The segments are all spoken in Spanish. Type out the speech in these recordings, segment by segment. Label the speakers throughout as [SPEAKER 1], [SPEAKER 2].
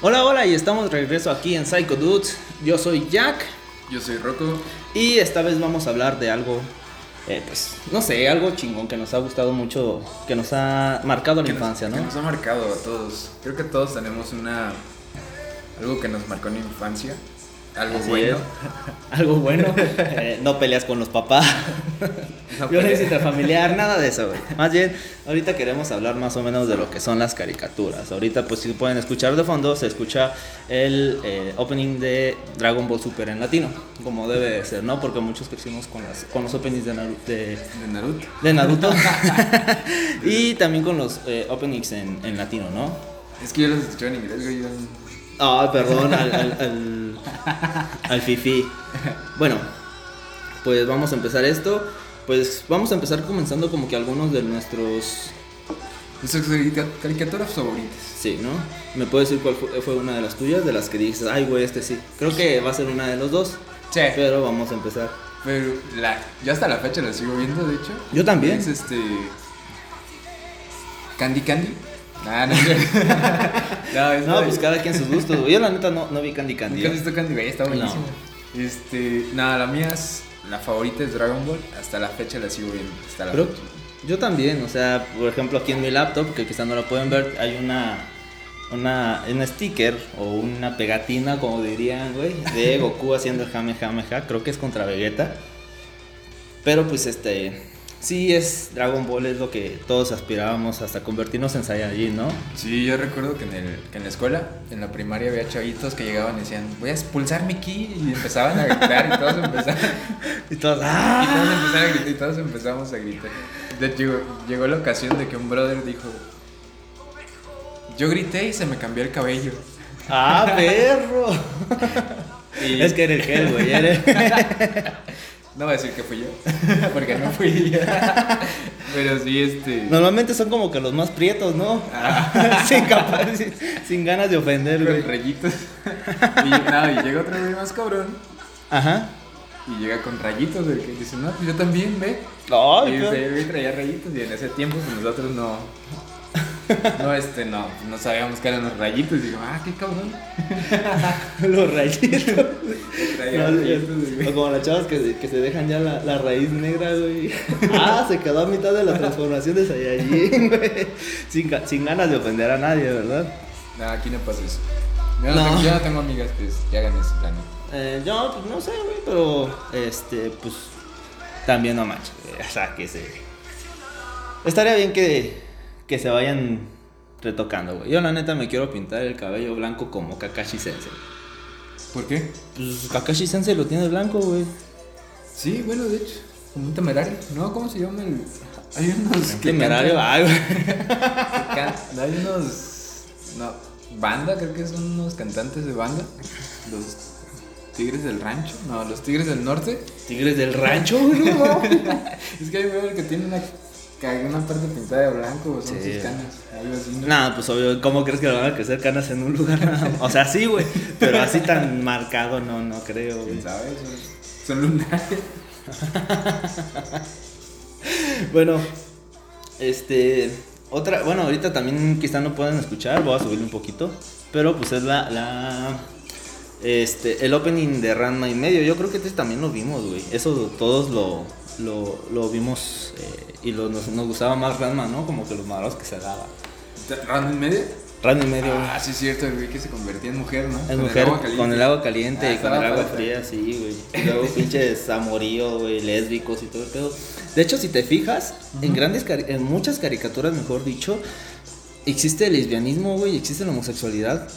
[SPEAKER 1] Hola, hola, y estamos de regreso aquí en Psycho Dudes. Yo soy Jack
[SPEAKER 2] Yo soy Rocco.
[SPEAKER 1] y esta vez vamos a hablar de algo, eh, pues, no sé, algo chingón que nos ha gustado mucho, que nos ha marcado la
[SPEAKER 2] Que nos-
[SPEAKER 1] infancia,
[SPEAKER 2] Que
[SPEAKER 1] ¿no?
[SPEAKER 2] nos ha marcado a todos. Creo que todos tenemos una. Algo que nos marcó en la infancia. Algo
[SPEAKER 1] Así
[SPEAKER 2] bueno.
[SPEAKER 1] es. Algo bueno. Eh, no peleas con los papás.
[SPEAKER 2] No
[SPEAKER 1] Violencia
[SPEAKER 2] peleas.
[SPEAKER 1] intrafamiliar, nada de eso, güey. Más bien, ahorita queremos hablar más o menos de lo que son las caricaturas. Ahorita, pues si pueden escuchar de fondo, se escucha el eh, opening de Dragon Ball Super en latino, como debe de ser, ¿no? Porque muchos crecimos con, las, con los openings de, Naru- de,
[SPEAKER 2] De Naruto.
[SPEAKER 1] de Naruto y también con los eh, openings en, en latino, ¿no?
[SPEAKER 2] Es que yo los escuché en inglés, güey. yo-
[SPEAKER 1] Ah, perdón, al, al, al, al fifi. Bueno, pues vamos a empezar esto. Pues vamos a empezar comenzando como que algunos de nuestros...
[SPEAKER 2] Nuestras carica- caricaturas favoritas.
[SPEAKER 1] Sí, ¿no? ¿Me puedes decir cuál fue, fue una de las tuyas? De las que dices, ay, güey, este sí. Creo que va a ser una de los dos.
[SPEAKER 2] Sí.
[SPEAKER 1] Pero vamos a empezar.
[SPEAKER 2] Pero la, yo hasta la fecha la sigo viendo, de hecho.
[SPEAKER 1] Yo también.
[SPEAKER 2] Es este. Candy Candy. Ah, no, es cierto. no, es la
[SPEAKER 1] No,
[SPEAKER 2] de-
[SPEAKER 1] pues cada quien sus gustos. güey. Yo la neta no, no vi Candy Candy.
[SPEAKER 2] Nunca has
[SPEAKER 1] ¿eh?
[SPEAKER 2] visto Candy, güey, está
[SPEAKER 1] No.
[SPEAKER 2] buenísimo. Este, nada, la mía es, la favorita es Dragon Ball, hasta la fecha la sigo viendo, hasta la
[SPEAKER 1] Pero
[SPEAKER 2] fecha.
[SPEAKER 1] yo también, o sea, por ejemplo aquí en mi laptop, que quizá no la pueden ver, hay una, una, un sticker o una pegatina, como dirían, güey, de Goku haciendo el Kamehameha, creo que es contra Vegeta. Pero pues este, sí es Dragon Ball, es lo que todos aspirábamos hasta convertirnos en Saiyajin, ¿no?
[SPEAKER 2] Sí, yo recuerdo que en, el, que en la escuela, en la primaria había chavitos que llegaban y decían, voy a expulsar mi ki, y empezaban a gritar, y todos empezaban,
[SPEAKER 1] Y todos,
[SPEAKER 2] y todos
[SPEAKER 1] ¡ah!
[SPEAKER 2] empezaron a gritar, y todos empezamos a gritar. De- llegó, llegó la ocasión de que un brother dijo, yo grité y se me cambió el cabello.
[SPEAKER 1] ¡Ah, perro!
[SPEAKER 2] Y-
[SPEAKER 1] Es que era el gel, güey, era
[SPEAKER 2] No voy a decir que fui yo, porque no fui yo. Pero sí, este... ah,
[SPEAKER 1] Normalmente son como que los más prietos, ¿no? sin, capa- sin, sin ganas de ofender,
[SPEAKER 2] con
[SPEAKER 1] güey.
[SPEAKER 2] rayitos. y, nada, y llega otro güey más cabrón.
[SPEAKER 1] Ajá.
[SPEAKER 2] Y llega con rayitos. El que dice, no, pues yo también, ve. y
[SPEAKER 1] Ay,
[SPEAKER 2] ese
[SPEAKER 1] qué-
[SPEAKER 2] güey traía rayitos. Y en ese tiempo, pues nosotros no. No, este, no. No sabíamos que eran los rayitos. Y digo, ah, qué cabrón.
[SPEAKER 1] los rayitos.
[SPEAKER 2] Traía
[SPEAKER 1] No,
[SPEAKER 2] rayitos,
[SPEAKER 1] o
[SPEAKER 2] güey.
[SPEAKER 1] como las chavas que, se- que se dejan ya la, la raíz negra, güey. Ah, se quedó a mitad de la transformación de Saiyajin, güey. Sin, ga- sin ganas de ofender a nadie, ¿verdad?
[SPEAKER 2] No, aquí no pasa eso. Yo no,
[SPEAKER 1] No.
[SPEAKER 2] Tengo, yo no tengo amigas que, es- que hagan eso, la neta.
[SPEAKER 1] Eh, yo, pues no sé, güey, pero este, pues también no manches. güey, O sea, que se. Estaría bien que, que se vayan retocando, güey. Yo, la neta, me quiero pintar el cabello blanco como Kakashi Sensei.
[SPEAKER 2] ¿Por qué?
[SPEAKER 1] Pues Kakashi Sensei lo tiene blanco, güey.
[SPEAKER 2] Sí, bueno, de hecho. Como un temerario. No, ¿cómo se llama el.? Hay unos. que
[SPEAKER 1] Temerario, ay, güey.
[SPEAKER 2] Can- Hay unos. No, banda, creo que son unos cantantes de banda. Los Tigres del Rancho. No, los Tigres del Norte.
[SPEAKER 1] Tigres del rancho, güey. no.
[SPEAKER 2] Es que hay un que tiene una, ca- una parte pintada de blanco, o son
[SPEAKER 1] Sí.
[SPEAKER 2] sus canas. Algo así, ¿no?
[SPEAKER 1] Nada, pues obvio, ¿cómo crees que le van a crecer canas en un lugar? nada más? O sea, sí, güey. Pero así tan marcado, no, no creo, güey.
[SPEAKER 2] ¿Quién sabe? Son, son lunares.
[SPEAKER 1] Bueno, este. Otra. Bueno, ahorita también quizá no pueden escuchar, voy a subirle un poquito. Pero pues es la. la este, el opening de Ranma y medio. Yo creo que este también lo vimos, güey. Eso todos lo, lo, lo vimos eh, y lo- nos, nos gustaba más Ranma, ¿no? Como que los malos que se daba.
[SPEAKER 2] ¿Random medio?
[SPEAKER 1] Ranma y medio.
[SPEAKER 2] Ah, sí, es cierto, el güey que se convertía en mujer, ¿no?
[SPEAKER 1] Es
[SPEAKER 2] el
[SPEAKER 1] mujer
[SPEAKER 2] agua caliente.
[SPEAKER 1] con el agua caliente
[SPEAKER 2] Ah,
[SPEAKER 1] y con
[SPEAKER 2] estaba
[SPEAKER 1] el agua
[SPEAKER 2] padre.
[SPEAKER 1] fría, sí, güey. Y luego pinches amorío, güey, lésbicos y todo el pedo. De hecho, si te fijas, en grandes cari- en muchas caricaturas, mejor dicho, existe el lesbianismo, güey, existe la homosexualidad.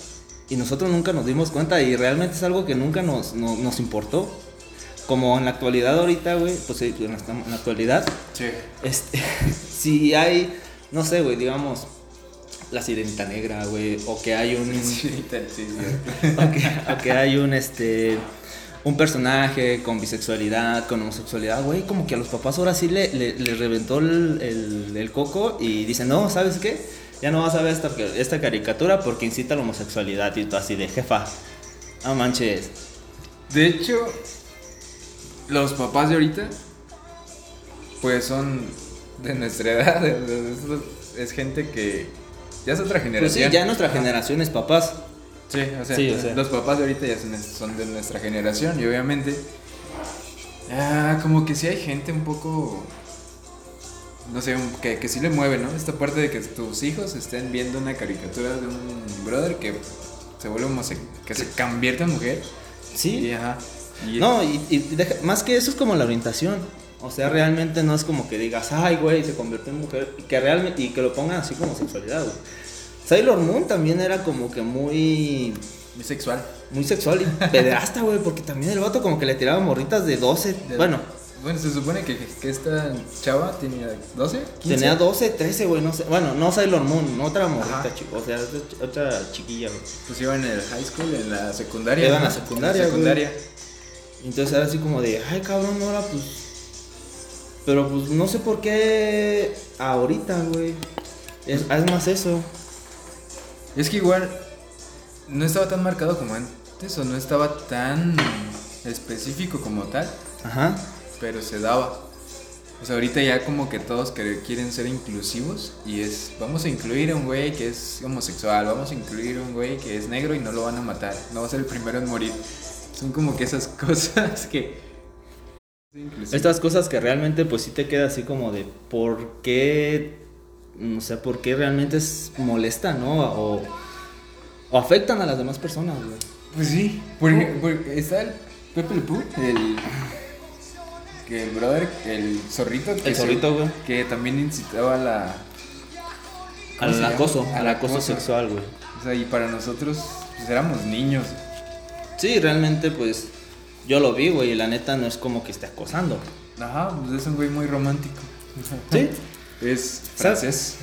[SPEAKER 1] Y nosotros nunca nos dimos cuenta y realmente es algo que nunca nos, no- nos importó. Como en la actualidad ahorita, güey, pues sí, en la, en la actualidad,
[SPEAKER 2] Sí.
[SPEAKER 1] este, si hay, no sé, güey, digamos, la sirenita negra, güey, o que hay un...
[SPEAKER 2] Sí, tal, sí, sí.
[SPEAKER 1] O que- o que hay un este un personaje con bisexualidad, con homosexualidad, güey, como que a los papás ahora sí le, le, le reventó el, el- el coco y dicen, no, ¿sabes qué? Ya no vas a ver esta, esta caricatura porque incita a la homosexualidad y tú así de jefa. No manches.
[SPEAKER 2] De hecho, los papás de ahorita, pues son de nuestra edad. de- de- de- Es, gente que ya es otra
[SPEAKER 1] Pues
[SPEAKER 2] generación.
[SPEAKER 1] sí, ya nuestra generación es papás.
[SPEAKER 2] Sí, o sea,
[SPEAKER 3] Sí, o sea.
[SPEAKER 2] los papás de ahorita ya son, son de nuestra generación y obviamente. ah, como que sí hay gente un poco. No sé, un- que, que sí le mueve, ¿no? Esta parte de que tus hijos estén viendo una caricatura de un brother que se vuelve homose- que se convierte en mujer.
[SPEAKER 1] Sí.
[SPEAKER 2] Y, ajá, y-
[SPEAKER 1] No, y, y deja- más que eso es como la orientación. O sea, realmente no es como que digas, ay, güey, se convirtió en mujer. Y que, realmente, y que lo pongan así como sexualidad, güey. Sailor Moon también era como que muy.
[SPEAKER 2] bisexual.
[SPEAKER 1] Muy sexual y pederasta, güey, porque también el vato como que le tiraba morritas de 12.
[SPEAKER 2] De-
[SPEAKER 1] bueno,
[SPEAKER 2] Bueno, se supone que, que esta chava tenía 12, 15.
[SPEAKER 1] tenía 12, 13, güey, no sé. Bueno, no Sailor Moon, no otra morrita,
[SPEAKER 2] Ajá.
[SPEAKER 1] chico. O sea, otra ch- otra chiquilla, güey.
[SPEAKER 2] Pues iba en el high school, en la secundaria.
[SPEAKER 1] Iba en
[SPEAKER 2] ¿no?
[SPEAKER 1] la secundaria,
[SPEAKER 2] En la secundaria.
[SPEAKER 1] Entonces era así como de, ay cabrón, ahora pues. Pero pues no sé por qué ahorita, güey. Es, es más eso.
[SPEAKER 2] Es que igual no estaba tan marcado como antes, o no estaba tan específico como tal,
[SPEAKER 1] Ajá.
[SPEAKER 2] pero se daba. O sea, ahorita ya como que todos que- quieren ser inclusivos y es, vamos a incluir a un güey que es homosexual, vamos a incluir a un güey que es negro y no lo van a matar, no va a ser el primero en morir. Son como que esas cosas que...
[SPEAKER 1] Estas cosas que realmente pues sí te queda así como de por qué. O sea, por qué realmente es molesta, ¿no? O, o afectan a las demás personas, güey.
[SPEAKER 2] Pues sí, porque, porque está el Pepe Le Pew, el que el brother, el zorrito, que
[SPEAKER 1] El
[SPEAKER 2] se-
[SPEAKER 1] zorrito, güey.
[SPEAKER 2] que también incitaba a la, ¿Cómo se
[SPEAKER 1] Al
[SPEAKER 2] llama?
[SPEAKER 1] acoso,
[SPEAKER 2] Al
[SPEAKER 1] al acoso
[SPEAKER 2] acoso.
[SPEAKER 1] sexual, güey.
[SPEAKER 2] o sea, y para nosotros pues éramos niños.
[SPEAKER 1] Sí, realmente pues yo lo vi, güey, y la neta no es como que esté acosando.
[SPEAKER 2] Ajá, pues es un güey muy romántico.
[SPEAKER 1] Sí,
[SPEAKER 2] Es
[SPEAKER 1] ¿Sabes?
[SPEAKER 2] francés.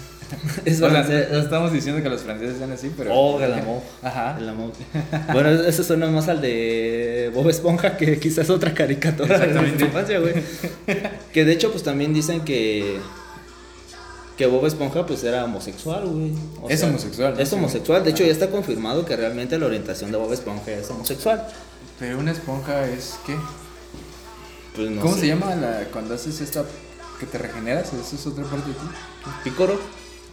[SPEAKER 1] es
[SPEAKER 2] O sea,
[SPEAKER 1] francés.
[SPEAKER 2] no estamos diciendo que los franceses sean así, pero
[SPEAKER 1] Oh, Galamov.
[SPEAKER 2] Ajá.
[SPEAKER 1] El amor. Bueno, eso suena más al de Bob Esponja que quizás otra caricatura de
[SPEAKER 2] Exactamente.
[SPEAKER 1] nuestra infancia, güey. Que de hecho, pues también dicen que. Que Bob Esponja, pues era homosexual, güey. O
[SPEAKER 2] Es homosexual, ¿no?
[SPEAKER 1] Es homosexual. De hecho, ya está confirmado que realmente la orientación de Bob Esponja es homosexual.
[SPEAKER 2] Pero una esponja es ¿qué?
[SPEAKER 1] Pues no
[SPEAKER 2] ¿Cómo
[SPEAKER 1] sé.
[SPEAKER 2] se llama la cuando haces esta que te regeneras? Eso es otra parte de ti.
[SPEAKER 1] ¿Picoro?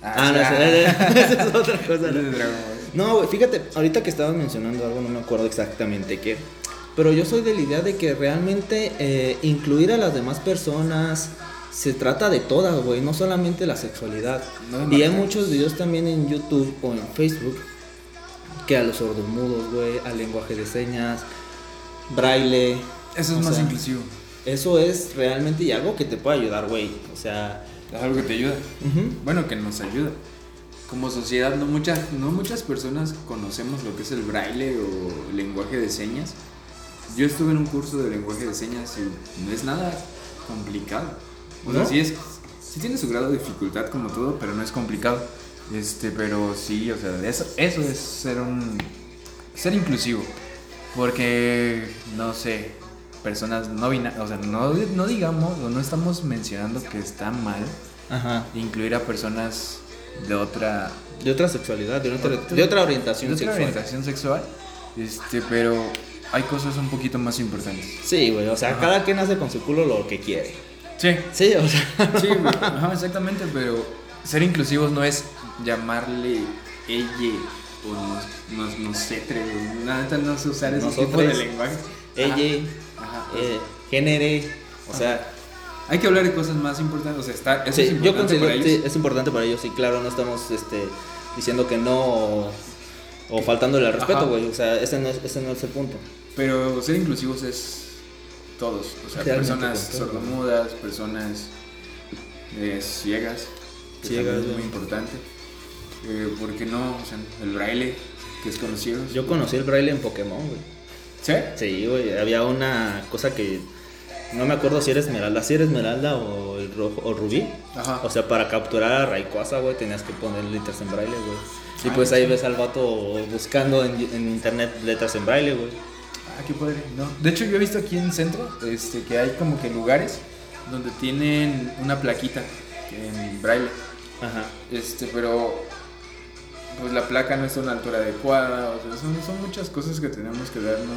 [SPEAKER 2] Ah,
[SPEAKER 1] Ah, no,
[SPEAKER 2] ya.
[SPEAKER 1] esa esa es otra cosa.
[SPEAKER 2] Ese
[SPEAKER 1] ¿no?
[SPEAKER 2] es Dragon Ball.
[SPEAKER 1] No, güey, fíjate, ahorita que estabas mencionando algo, no me acuerdo exactamente qué. Pero yo soy de la idea de que realmente eh, incluir a las demás personas se trata de todas, güey, no solamente la sexualidad.
[SPEAKER 2] No me
[SPEAKER 1] y hay
[SPEAKER 2] marca.
[SPEAKER 1] muchos videos también en YouTube o en Facebook que a los sordomudos, güey, al lenguaje de señas, braille.
[SPEAKER 2] Eso es
[SPEAKER 1] o
[SPEAKER 2] más
[SPEAKER 1] sea,
[SPEAKER 2] inclusivo.
[SPEAKER 1] Eso es realmente y algo que te puede ayudar, güey. O sea,
[SPEAKER 2] Es algo que te ayuda.
[SPEAKER 1] ujú.
[SPEAKER 2] Bueno, que nos ayuda. Como sociedad, no muchas, no muchas personas conocemos lo que es el braille o lenguaje de señas. Yo estuve en un curso de lenguaje de señas y no es nada complicado. O sea,
[SPEAKER 1] ¿No?
[SPEAKER 2] sí, es, sí tiene su grado de dificultad como todo, pero no es complicado. Este, pero sí, o sea, eso, eso es ser un... Ser inclusivo. Porque, no sé, personas no binarias, o sea, no, no digamos o no estamos mencionando que está mal
[SPEAKER 1] ajá.
[SPEAKER 2] incluir a personas de otra,
[SPEAKER 1] De otra sexualidad, de otra, de otra orientación
[SPEAKER 2] de otra
[SPEAKER 1] sexual.
[SPEAKER 2] orientación sexual, este, pero hay cosas un poquito más importantes.
[SPEAKER 1] Sí, güey, o sea, cada quien hace con su culo lo que quiere.
[SPEAKER 2] Sí,
[SPEAKER 1] Sí, o sea.
[SPEAKER 2] sí, güey, ajá, exactamente, pero ser inclusivos no es llamarle ella o no, no, no sé, tres, güey, la neta no sé usar ese tipo de
[SPEAKER 1] Nosotres.
[SPEAKER 2] lenguaje. Ajá,
[SPEAKER 1] Ella,
[SPEAKER 2] ajá, o sea,
[SPEAKER 1] eh, génere, o sea.
[SPEAKER 2] hay que hablar de cosas más importantes, o sea, está, eso
[SPEAKER 1] sí,
[SPEAKER 2] es
[SPEAKER 1] yo
[SPEAKER 2] importante
[SPEAKER 1] considero
[SPEAKER 2] para
[SPEAKER 1] sí,
[SPEAKER 2] ellos.
[SPEAKER 1] es importante para ellos, sí, claro, no estamos este, diciendo que no o, o faltándole al respeto,
[SPEAKER 2] Ajá.
[SPEAKER 1] güey, o sea, ese no es, ese no es el punto.
[SPEAKER 2] Pero ser inclusivos es todos, o sea,
[SPEAKER 1] Realmente
[SPEAKER 2] personas
[SPEAKER 1] con todos.
[SPEAKER 2] sordomudas, personas eh, ciegas, que
[SPEAKER 1] Ciegas,
[SPEAKER 2] también es
[SPEAKER 1] güey.
[SPEAKER 2] muy importante. Eh, porque no, o sea, el braille, que es conocido.
[SPEAKER 1] Yo conocí el braille en Pokémon, güey.
[SPEAKER 2] ¿Sí?
[SPEAKER 1] Sí, güey, había una cosa que no me acuerdo si era esmeralda, si era esmeralda o el rojo o rubí.
[SPEAKER 2] Ajá.
[SPEAKER 1] O sea, para capturar a Rayquaza, güey, tenías que poner letras en braille, güey. Y
[SPEAKER 2] Ah,
[SPEAKER 1] pues ahí
[SPEAKER 2] sí.
[SPEAKER 1] ves al vato buscando en, en internet letras en braille, güey.
[SPEAKER 2] Ah, qué padre, no. De hecho, yo he visto aquí en centro este, que hay como que lugares donde tienen una plaquita en braille.
[SPEAKER 1] Ajá.
[SPEAKER 2] Este, pero pues la placa no está a una altura adecuada, o sea, son, son muchas cosas que tenemos que darnos,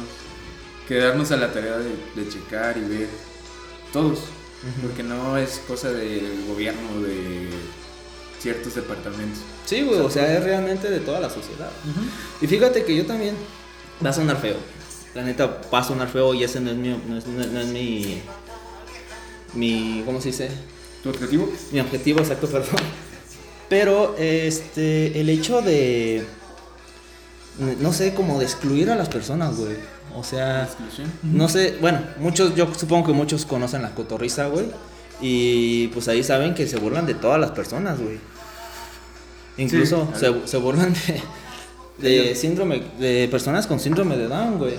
[SPEAKER 2] que darnos a la tarea de, de checar y ver todos, porque no es cosa del gobierno, de ciertos departamentos.
[SPEAKER 1] Sí, güey, o sea, es realmente de toda la sociedad. Y fíjate que yo también. Va a sonar feo. La neta, va a sonar feo y ese no es mi. No es, no- no es mi. Mi. ¿Cómo se dice?
[SPEAKER 2] ¿Tu objetivo?
[SPEAKER 1] Mi objetivo exacto, perdón. Pero, este. El hecho de. No sé, como de excluir a las personas, güey. O sea.
[SPEAKER 2] Exclusión.
[SPEAKER 1] No sé, bueno, muchos, yo supongo que muchos conocen la cotorriza, güey. Y pues ahí saben que se burlan de todas las personas, güey. Incluso
[SPEAKER 2] Sí,
[SPEAKER 1] se, se burlan de, de síndrome, de personas con síndrome de Down, güey.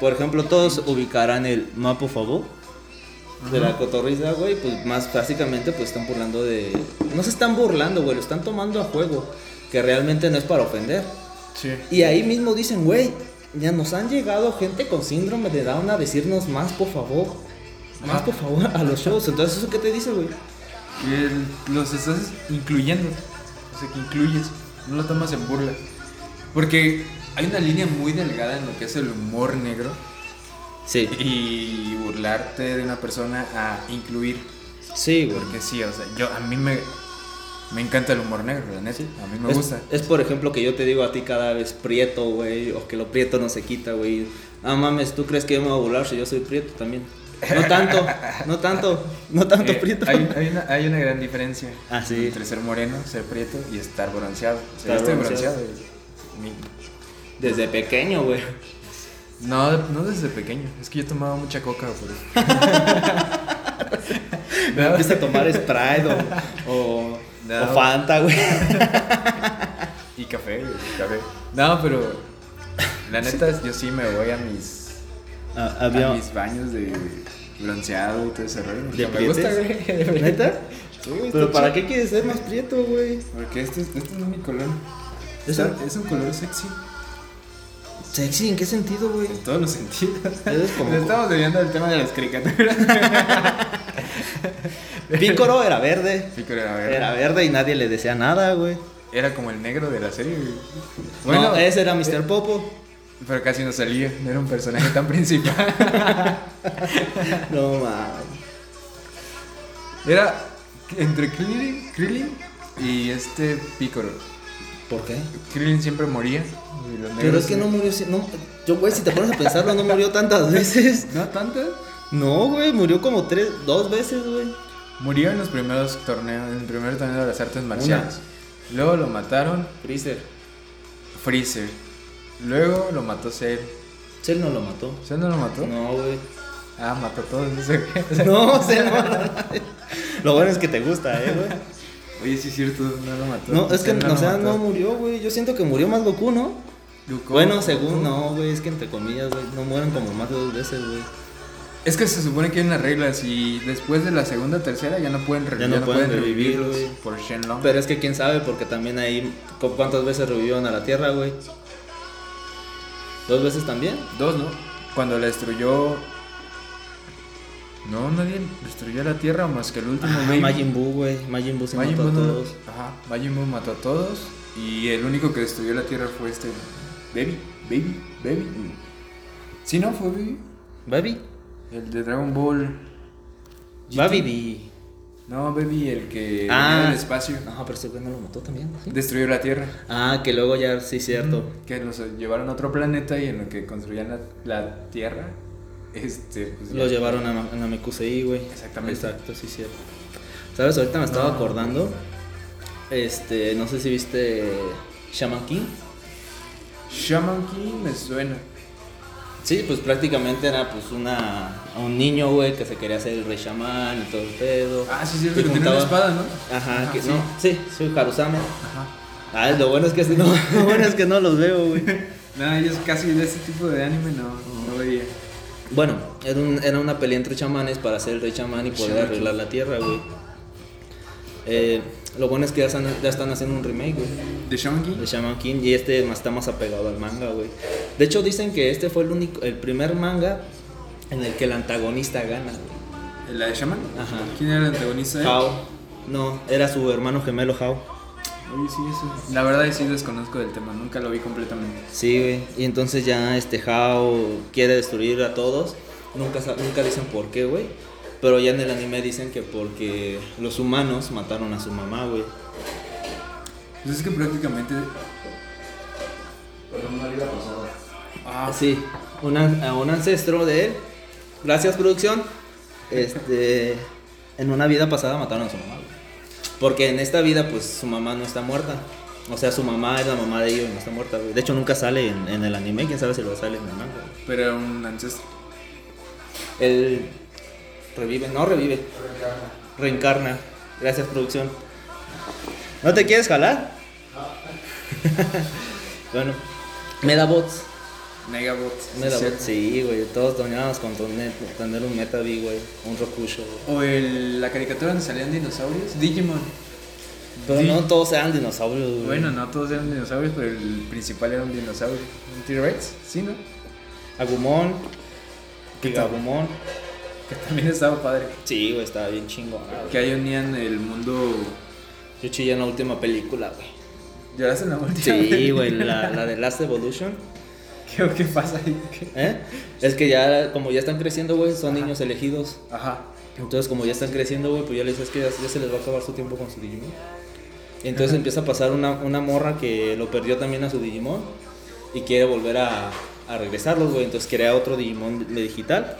[SPEAKER 1] Por ejemplo, todos ubicarán el mapa favor de la cotorriza, güey. Pues más básicamente pues están burlando de... No se están burlando, güey, lo están tomando a juego. Que realmente no es para ofender.
[SPEAKER 2] Sí.
[SPEAKER 1] Y ahí mismo dicen, güey, ya nos han llegado gente con síndrome de Down a decirnos más, por favor. Más,
[SPEAKER 2] Ajá.
[SPEAKER 1] por favor, a los shows. Entonces, ¿eso qué te dice, güey?
[SPEAKER 2] Y el- los estás incluyendo. O sea, que incluyes. No lo tomas en burla. Porque hay una línea muy delgada en lo que es el humor negro
[SPEAKER 1] Sí,
[SPEAKER 2] y burlarte de una persona a incluir.
[SPEAKER 1] sí, güey.
[SPEAKER 2] Porque sí, o sea, yo a mí me, me encanta el humor negro, la neta. A mí me
[SPEAKER 1] es,
[SPEAKER 2] gusta.
[SPEAKER 1] es, por ejemplo, que yo te digo a ti cada vez prieto, güey, o que lo prieto no se quita, güey. Ah, mames, ¿tú crees que yo me voy a burlar si yo soy prieto también? No tanto, no tanto, no tanto
[SPEAKER 2] Eh,
[SPEAKER 1] prieto.
[SPEAKER 2] hay, hay una, hay una gran diferencia
[SPEAKER 1] Ah, sí.
[SPEAKER 2] entre ser moreno, ser prieto y estar bronceado. O
[SPEAKER 1] Estar
[SPEAKER 2] sea, yo estoy
[SPEAKER 1] bronceado.
[SPEAKER 2] bronceado. y- mi-
[SPEAKER 1] Desde pequeño, güey.
[SPEAKER 2] No, no desde pequeño. Es que yo tomaba mucha coca, por
[SPEAKER 1] Me empieza a tomar Sprite o, o,
[SPEAKER 2] No.
[SPEAKER 1] o Fanta, güey.
[SPEAKER 2] Y café, y café. No, pero la neta, yo sí me voy a mis,
[SPEAKER 1] Ah,
[SPEAKER 2] a
[SPEAKER 1] había-
[SPEAKER 2] mis baños de bronceado y todo ese rollo.
[SPEAKER 1] ¿De
[SPEAKER 2] me gusta,
[SPEAKER 1] prietes?
[SPEAKER 2] güey.
[SPEAKER 1] ¿Neta?
[SPEAKER 2] Sí, güey,
[SPEAKER 1] Pero
[SPEAKER 2] está
[SPEAKER 1] ¿para
[SPEAKER 2] chido.
[SPEAKER 1] qué quieres ser más prieto, güey?
[SPEAKER 2] Porque este, es- este no es mi color.
[SPEAKER 1] ¿Eso?
[SPEAKER 2] Está- Es un color sexy.
[SPEAKER 1] ¿Sexy? ¿En qué sentido, güey?
[SPEAKER 2] En todos los sentidos.
[SPEAKER 1] Eres como-
[SPEAKER 2] Le estamos debiendo el tema de las caricaturas.
[SPEAKER 1] Pícoro era verde.
[SPEAKER 2] Pícoro era verde.
[SPEAKER 1] Era verde y nadie le decía nada, güey.
[SPEAKER 2] Era como el negro de la serie. güey. eh,
[SPEAKER 1] no, ese era Mr. Popo.
[SPEAKER 2] Pero casi no salía. No era un personaje tan principal.
[SPEAKER 1] No mames.
[SPEAKER 2] Era entre Krillin, Krillin y este Pícoro.
[SPEAKER 1] ¿Por qué?
[SPEAKER 2] Krillin siempre moría. y los
[SPEAKER 1] Pero
[SPEAKER 2] negros-
[SPEAKER 1] es que no murió. si- No, yo, güey, si te pones a pensarlo, no murió tantas veces.
[SPEAKER 2] ¿No tanto?
[SPEAKER 1] No, güey, murió como tres, dos veces, güey.
[SPEAKER 2] Murió en los primeros torneos, en el primer torneo de las artes marciales. Luego lo mataron
[SPEAKER 1] Freezer.
[SPEAKER 2] Freezer. Luego lo mató Cell.
[SPEAKER 1] Cell no lo mató.
[SPEAKER 2] ¿Cell no lo mató?
[SPEAKER 1] No, güey.
[SPEAKER 2] Ah, mató a todos. no sé qué.
[SPEAKER 1] No, Cell no lo mató. Lo bueno es que te gusta, eh, güey.
[SPEAKER 2] Oye, sí es cierto, no lo mató.
[SPEAKER 1] No, es que,
[SPEAKER 2] Cell
[SPEAKER 1] o sea,
[SPEAKER 2] lo mató.
[SPEAKER 1] no murió, güey. Yo siento que murió más Goku, ¿no?
[SPEAKER 2] Goku-
[SPEAKER 1] Bueno, según no, güey, es que entre comillas, güey, no mueren como más de dos veces, güey.
[SPEAKER 2] Es que se supone que hay unas reglas y después de la segunda tercera ya no pueden, re-
[SPEAKER 1] Ya no pueden revivir,
[SPEAKER 2] revivirlos
[SPEAKER 1] güey.
[SPEAKER 2] por Shenlong.
[SPEAKER 1] Pero es que quién sabe, porque también ahí, ¿cu- ¿cuántas veces revivieron a la Tierra, güey? ¿Dos veces también?
[SPEAKER 2] Dos, ¿no? Cuando la destruyó. No, nadie destruyó la Tierra más que el último baby.
[SPEAKER 1] Ah, Majin Buu, güey, Majin Buu se
[SPEAKER 2] Ah, Majin
[SPEAKER 1] mató
[SPEAKER 2] Buu
[SPEAKER 1] a
[SPEAKER 2] no-
[SPEAKER 1] todos.
[SPEAKER 2] Ajá, Majin Buu mató a todos. Y el único que destruyó la Tierra fue este. Baby, Baby, Baby. Sí, no, fue Baby.
[SPEAKER 1] Babi,
[SPEAKER 2] El de Dragon Ball.
[SPEAKER 1] Babi di.
[SPEAKER 2] No, Baby, el que.
[SPEAKER 1] Ah.
[SPEAKER 2] venía del espacio.
[SPEAKER 1] No, pero ese güey no lo mató también, ¿sí?
[SPEAKER 2] Destruyó la Tierra.
[SPEAKER 1] Ah, que luego ya, sí, cierto.
[SPEAKER 2] Que los llevaron a otro planeta y en lo que construían la, la Tierra. Este. Pues,
[SPEAKER 1] Lo
[SPEAKER 2] ya-
[SPEAKER 1] llevaron a, Ma- a Namekusei, güey.
[SPEAKER 2] Exactamente.
[SPEAKER 1] Exacto, sí, cierto. ¿Sabes? Ahorita me estaba acordando. Este, no sé si viste Shaman King.
[SPEAKER 2] Shaman King me suena.
[SPEAKER 1] Sí, pues prácticamente era pues una a un niño, güey, que se quería hacer el rey chamán y todo el pedo.
[SPEAKER 2] Ah, sí, es cierto,
[SPEAKER 1] Y
[SPEAKER 2] que tiene una
[SPEAKER 1] juntaba-
[SPEAKER 2] espada, ¿no?
[SPEAKER 1] Ajá,
[SPEAKER 2] Ajá,
[SPEAKER 1] que
[SPEAKER 2] sí.
[SPEAKER 1] no, Ah, sí, soy Harusame.
[SPEAKER 2] Ajá.
[SPEAKER 1] Ah, lo bueno es que no, lo bueno es que no los veo, güey.
[SPEAKER 2] No, ellos casi de ese tipo de anime no, no veía.
[SPEAKER 1] Bueno, era, un- era una pelea entre chamanes para ser el rey chamán y poder
[SPEAKER 2] Shaman
[SPEAKER 1] arreglar la tierra, güey. Eh, lo bueno es que ya están, ya están haciendo un remake, güey.
[SPEAKER 2] ¿De Shaman King?
[SPEAKER 1] de Shaman King y este más- está más apegado al manga, güey. De hecho dicen que este fue el único, el primer manga en el que el antagonista gana, güey.
[SPEAKER 2] ¿La de Shaman?
[SPEAKER 1] Ajá.
[SPEAKER 2] ¿Quién era el antagonista?
[SPEAKER 1] Hao. No, era su hermano gemelo Hao.
[SPEAKER 2] Oye, sí, eso. La verdad, sí desconozco del tema, nunca lo vi completamente.
[SPEAKER 1] Sí, güey. Y entonces ya este Hao quiere destruir a todos. Nunca, sa- nunca dicen por qué, güey. Pero ya en el anime dicen que porque los humanos mataron a su mamá, güey.
[SPEAKER 2] Pues es que prácticamente.
[SPEAKER 3] Pero una vida pasada.
[SPEAKER 2] Ah,
[SPEAKER 1] Sí, un, an- a un ancestro de él. Gracias, producción. Este. en una vida pasada mataron a su mamá. güey. Porque en esta vida, pues su mamá no está muerta. O sea, su mamá es la mamá de ellos y no está muerta, güey. De hecho, nunca sale en, en el anime. Quién sabe si lo sale en el manga. güey.
[SPEAKER 2] pero era un ancestro.
[SPEAKER 1] Él. Revive, no revive. Reencarna. Gracias, producción. ¿No te quieres jalar? bueno, Medabots.
[SPEAKER 2] Megabot.
[SPEAKER 1] Metabot, sí, güey. Todos doñados con tener, tener un Metavi, güey. Un Rokusho, güey.
[SPEAKER 2] O el- la caricatura donde salían dinosaurios. Digimon.
[SPEAKER 1] Pero
[SPEAKER 2] Sí.
[SPEAKER 1] no todos eran dinosaurios, güey.
[SPEAKER 2] Bueno, no todos eran dinosaurios, pero el principal era un dinosaurio. ¿Un T-Rex? Sí, ¿no?
[SPEAKER 1] Agumon.
[SPEAKER 2] ¿Qué tal?
[SPEAKER 1] Gigagumon.
[SPEAKER 2] Que también estaba padre.
[SPEAKER 1] Sí, güey, estaba bien chingón.
[SPEAKER 2] Que ahí unían el mundo.
[SPEAKER 1] Yo chillé en la última película, güey.
[SPEAKER 2] ¿Lloraste en la última?
[SPEAKER 1] Sí, güey, la, la de Last Evolution.
[SPEAKER 2] ¿Qué, ¿Qué pasa ahí? ¿Qué?
[SPEAKER 1] ¿eh? Es que ya, como ya están creciendo, güey, son niños elegidos.
[SPEAKER 2] Ajá.
[SPEAKER 1] Entonces, como ya están creciendo, güey, pues ya les dices que ya, ya se les va a acabar su tiempo con su Digimon. Entonces empieza a pasar una, una morra que lo perdió también a su Digimon y quiere volver a, a regresarlos, güey. Entonces crea otro Digimon de digital.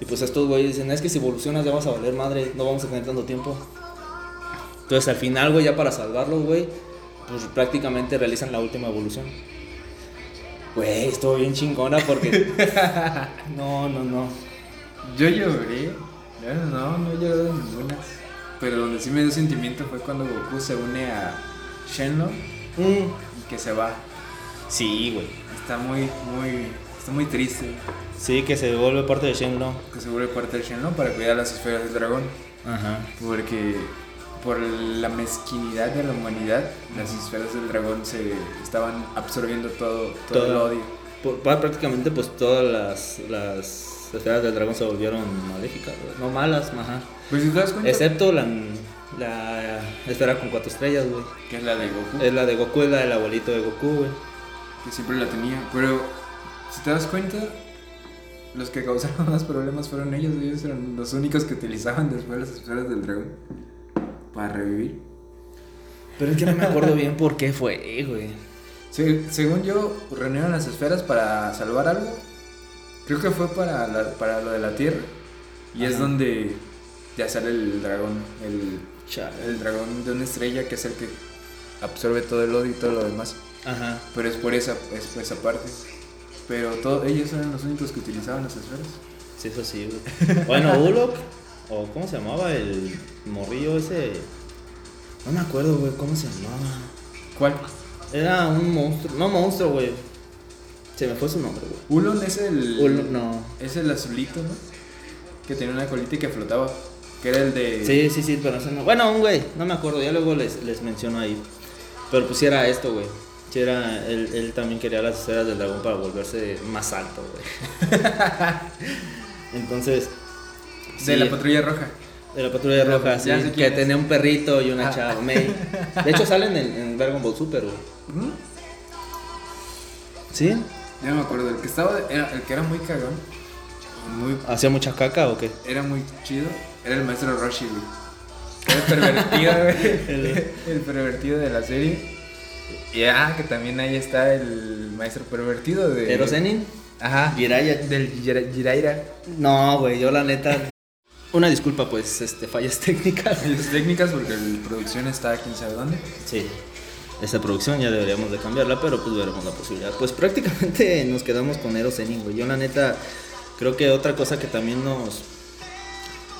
[SPEAKER 1] Y pues estos güeyes dicen, es que si evolucionas ya vas a valer madre, no vamos a tener tanto tiempo. Entonces al final, güey, ya para salvarlos, güey, pues prácticamente realizan la última evolución. Güey, estuvo bien chingona porque... no, no, no.
[SPEAKER 2] Yo lloré. Yo no, no he llorado en ninguna. Pero donde sí me dio sentimiento fue cuando Goku se une a Shenlong
[SPEAKER 1] Mm.
[SPEAKER 2] y que se va.
[SPEAKER 1] Sí, güey.
[SPEAKER 2] Está muy, muy, está muy triste.
[SPEAKER 1] Sí, que se vuelve parte de Shenlong.
[SPEAKER 2] Que se vuelve parte del Shenlong para cuidar las esferas del dragón.
[SPEAKER 1] Ajá.
[SPEAKER 2] Porque por la mezquinidad de la humanidad, las esferas del dragón se estaban absorbiendo todo, todo, el
[SPEAKER 1] Todo.
[SPEAKER 2] odio.
[SPEAKER 1] prácticamente, pues todas las, las esferas del dragón se volvieron maléficas, güey. No malas, ajá.
[SPEAKER 2] Pues si te das cuenta,
[SPEAKER 1] Excepto la, la esfera con cuatro estrellas, güey.
[SPEAKER 2] que es la de Goku,
[SPEAKER 1] Es la de Goku, es la del abuelito de Goku, güey.
[SPEAKER 2] que siempre la tenía. Pero si te das cuenta, los que causaron más problemas fueron ellos. Ellos eran los únicos que utilizaban después las esferas del dragón para revivir.
[SPEAKER 1] Pero es que no me acuerdo bien por qué fue, güey.
[SPEAKER 2] Se- según yo, reunieron las esferas para salvar algo. Creo que fue para, la- para lo de la Tierra. Y es
[SPEAKER 1] Ajá.
[SPEAKER 2] donde ya sale el dragón. El,
[SPEAKER 1] Chale.
[SPEAKER 2] el dragón de una estrella que es el que absorbe todo el odio y todo lo demás.
[SPEAKER 1] Ajá.
[SPEAKER 2] Pero es por esa, es por esa parte. Pero todo- ellos eran los únicos que utilizaban las esferas.
[SPEAKER 1] Sí, eso sí, güey. Bueno, Ulok, o cómo se llamaba el morrillo ese. No me acuerdo, güey, cómo se llamaba.
[SPEAKER 2] ¿Cuál?
[SPEAKER 1] Era un monstruo, no monstruo, güey. Se me fue su nombre, güey.
[SPEAKER 2] Ulon es el.
[SPEAKER 1] Ul- no.
[SPEAKER 2] Es el azulito, ¿no? Que tenía una colita y que flotaba. Que era el de.
[SPEAKER 1] Sí, sí, sí, pero ese no. Bueno, un güey, no me acuerdo, ya luego les, les menciono ahí. Pero pues sí era esto, güey. Sí era, él, él también quería las esferas del dragón para volverse más alto, güey. Entonces.
[SPEAKER 2] de
[SPEAKER 1] sí,
[SPEAKER 2] la patrulla roja.
[SPEAKER 1] de la patrulla roja, sí.
[SPEAKER 2] Ya sé
[SPEAKER 1] Que
[SPEAKER 2] quién es.
[SPEAKER 1] tenía un perrito y una
[SPEAKER 2] Ah.
[SPEAKER 1] chava, May. De hecho, salen en, en Dragon Ball Super, güey.
[SPEAKER 2] Ujú.
[SPEAKER 1] ¿Sí?
[SPEAKER 2] Ya no me acuerdo, el que estaba, era, el que era muy cagón, muy,
[SPEAKER 1] ¿Hacía mucha caca o qué?
[SPEAKER 2] era muy chido, era el maestro Roshi, güey. Era el pervertido, güey. El, el pervertido de la serie. Y ah, que también ahí está el maestro pervertido de.
[SPEAKER 1] ¿Erosenin?
[SPEAKER 2] Ajá.
[SPEAKER 1] Jiraiya.
[SPEAKER 2] Del Jira- Jiraiya.
[SPEAKER 1] No, güey, yo la neta. Una disculpa, pues, este, fallas técnicas.
[SPEAKER 2] Y Las técnicas, porque la producción está quién sabe dónde.
[SPEAKER 1] Sí. Esta producción ya deberíamos de cambiarla, pero pues veremos la posibilidad. Pues prácticamente nos quedamos con Eros Zenin, güey. Yo la neta creo que otra cosa que también nos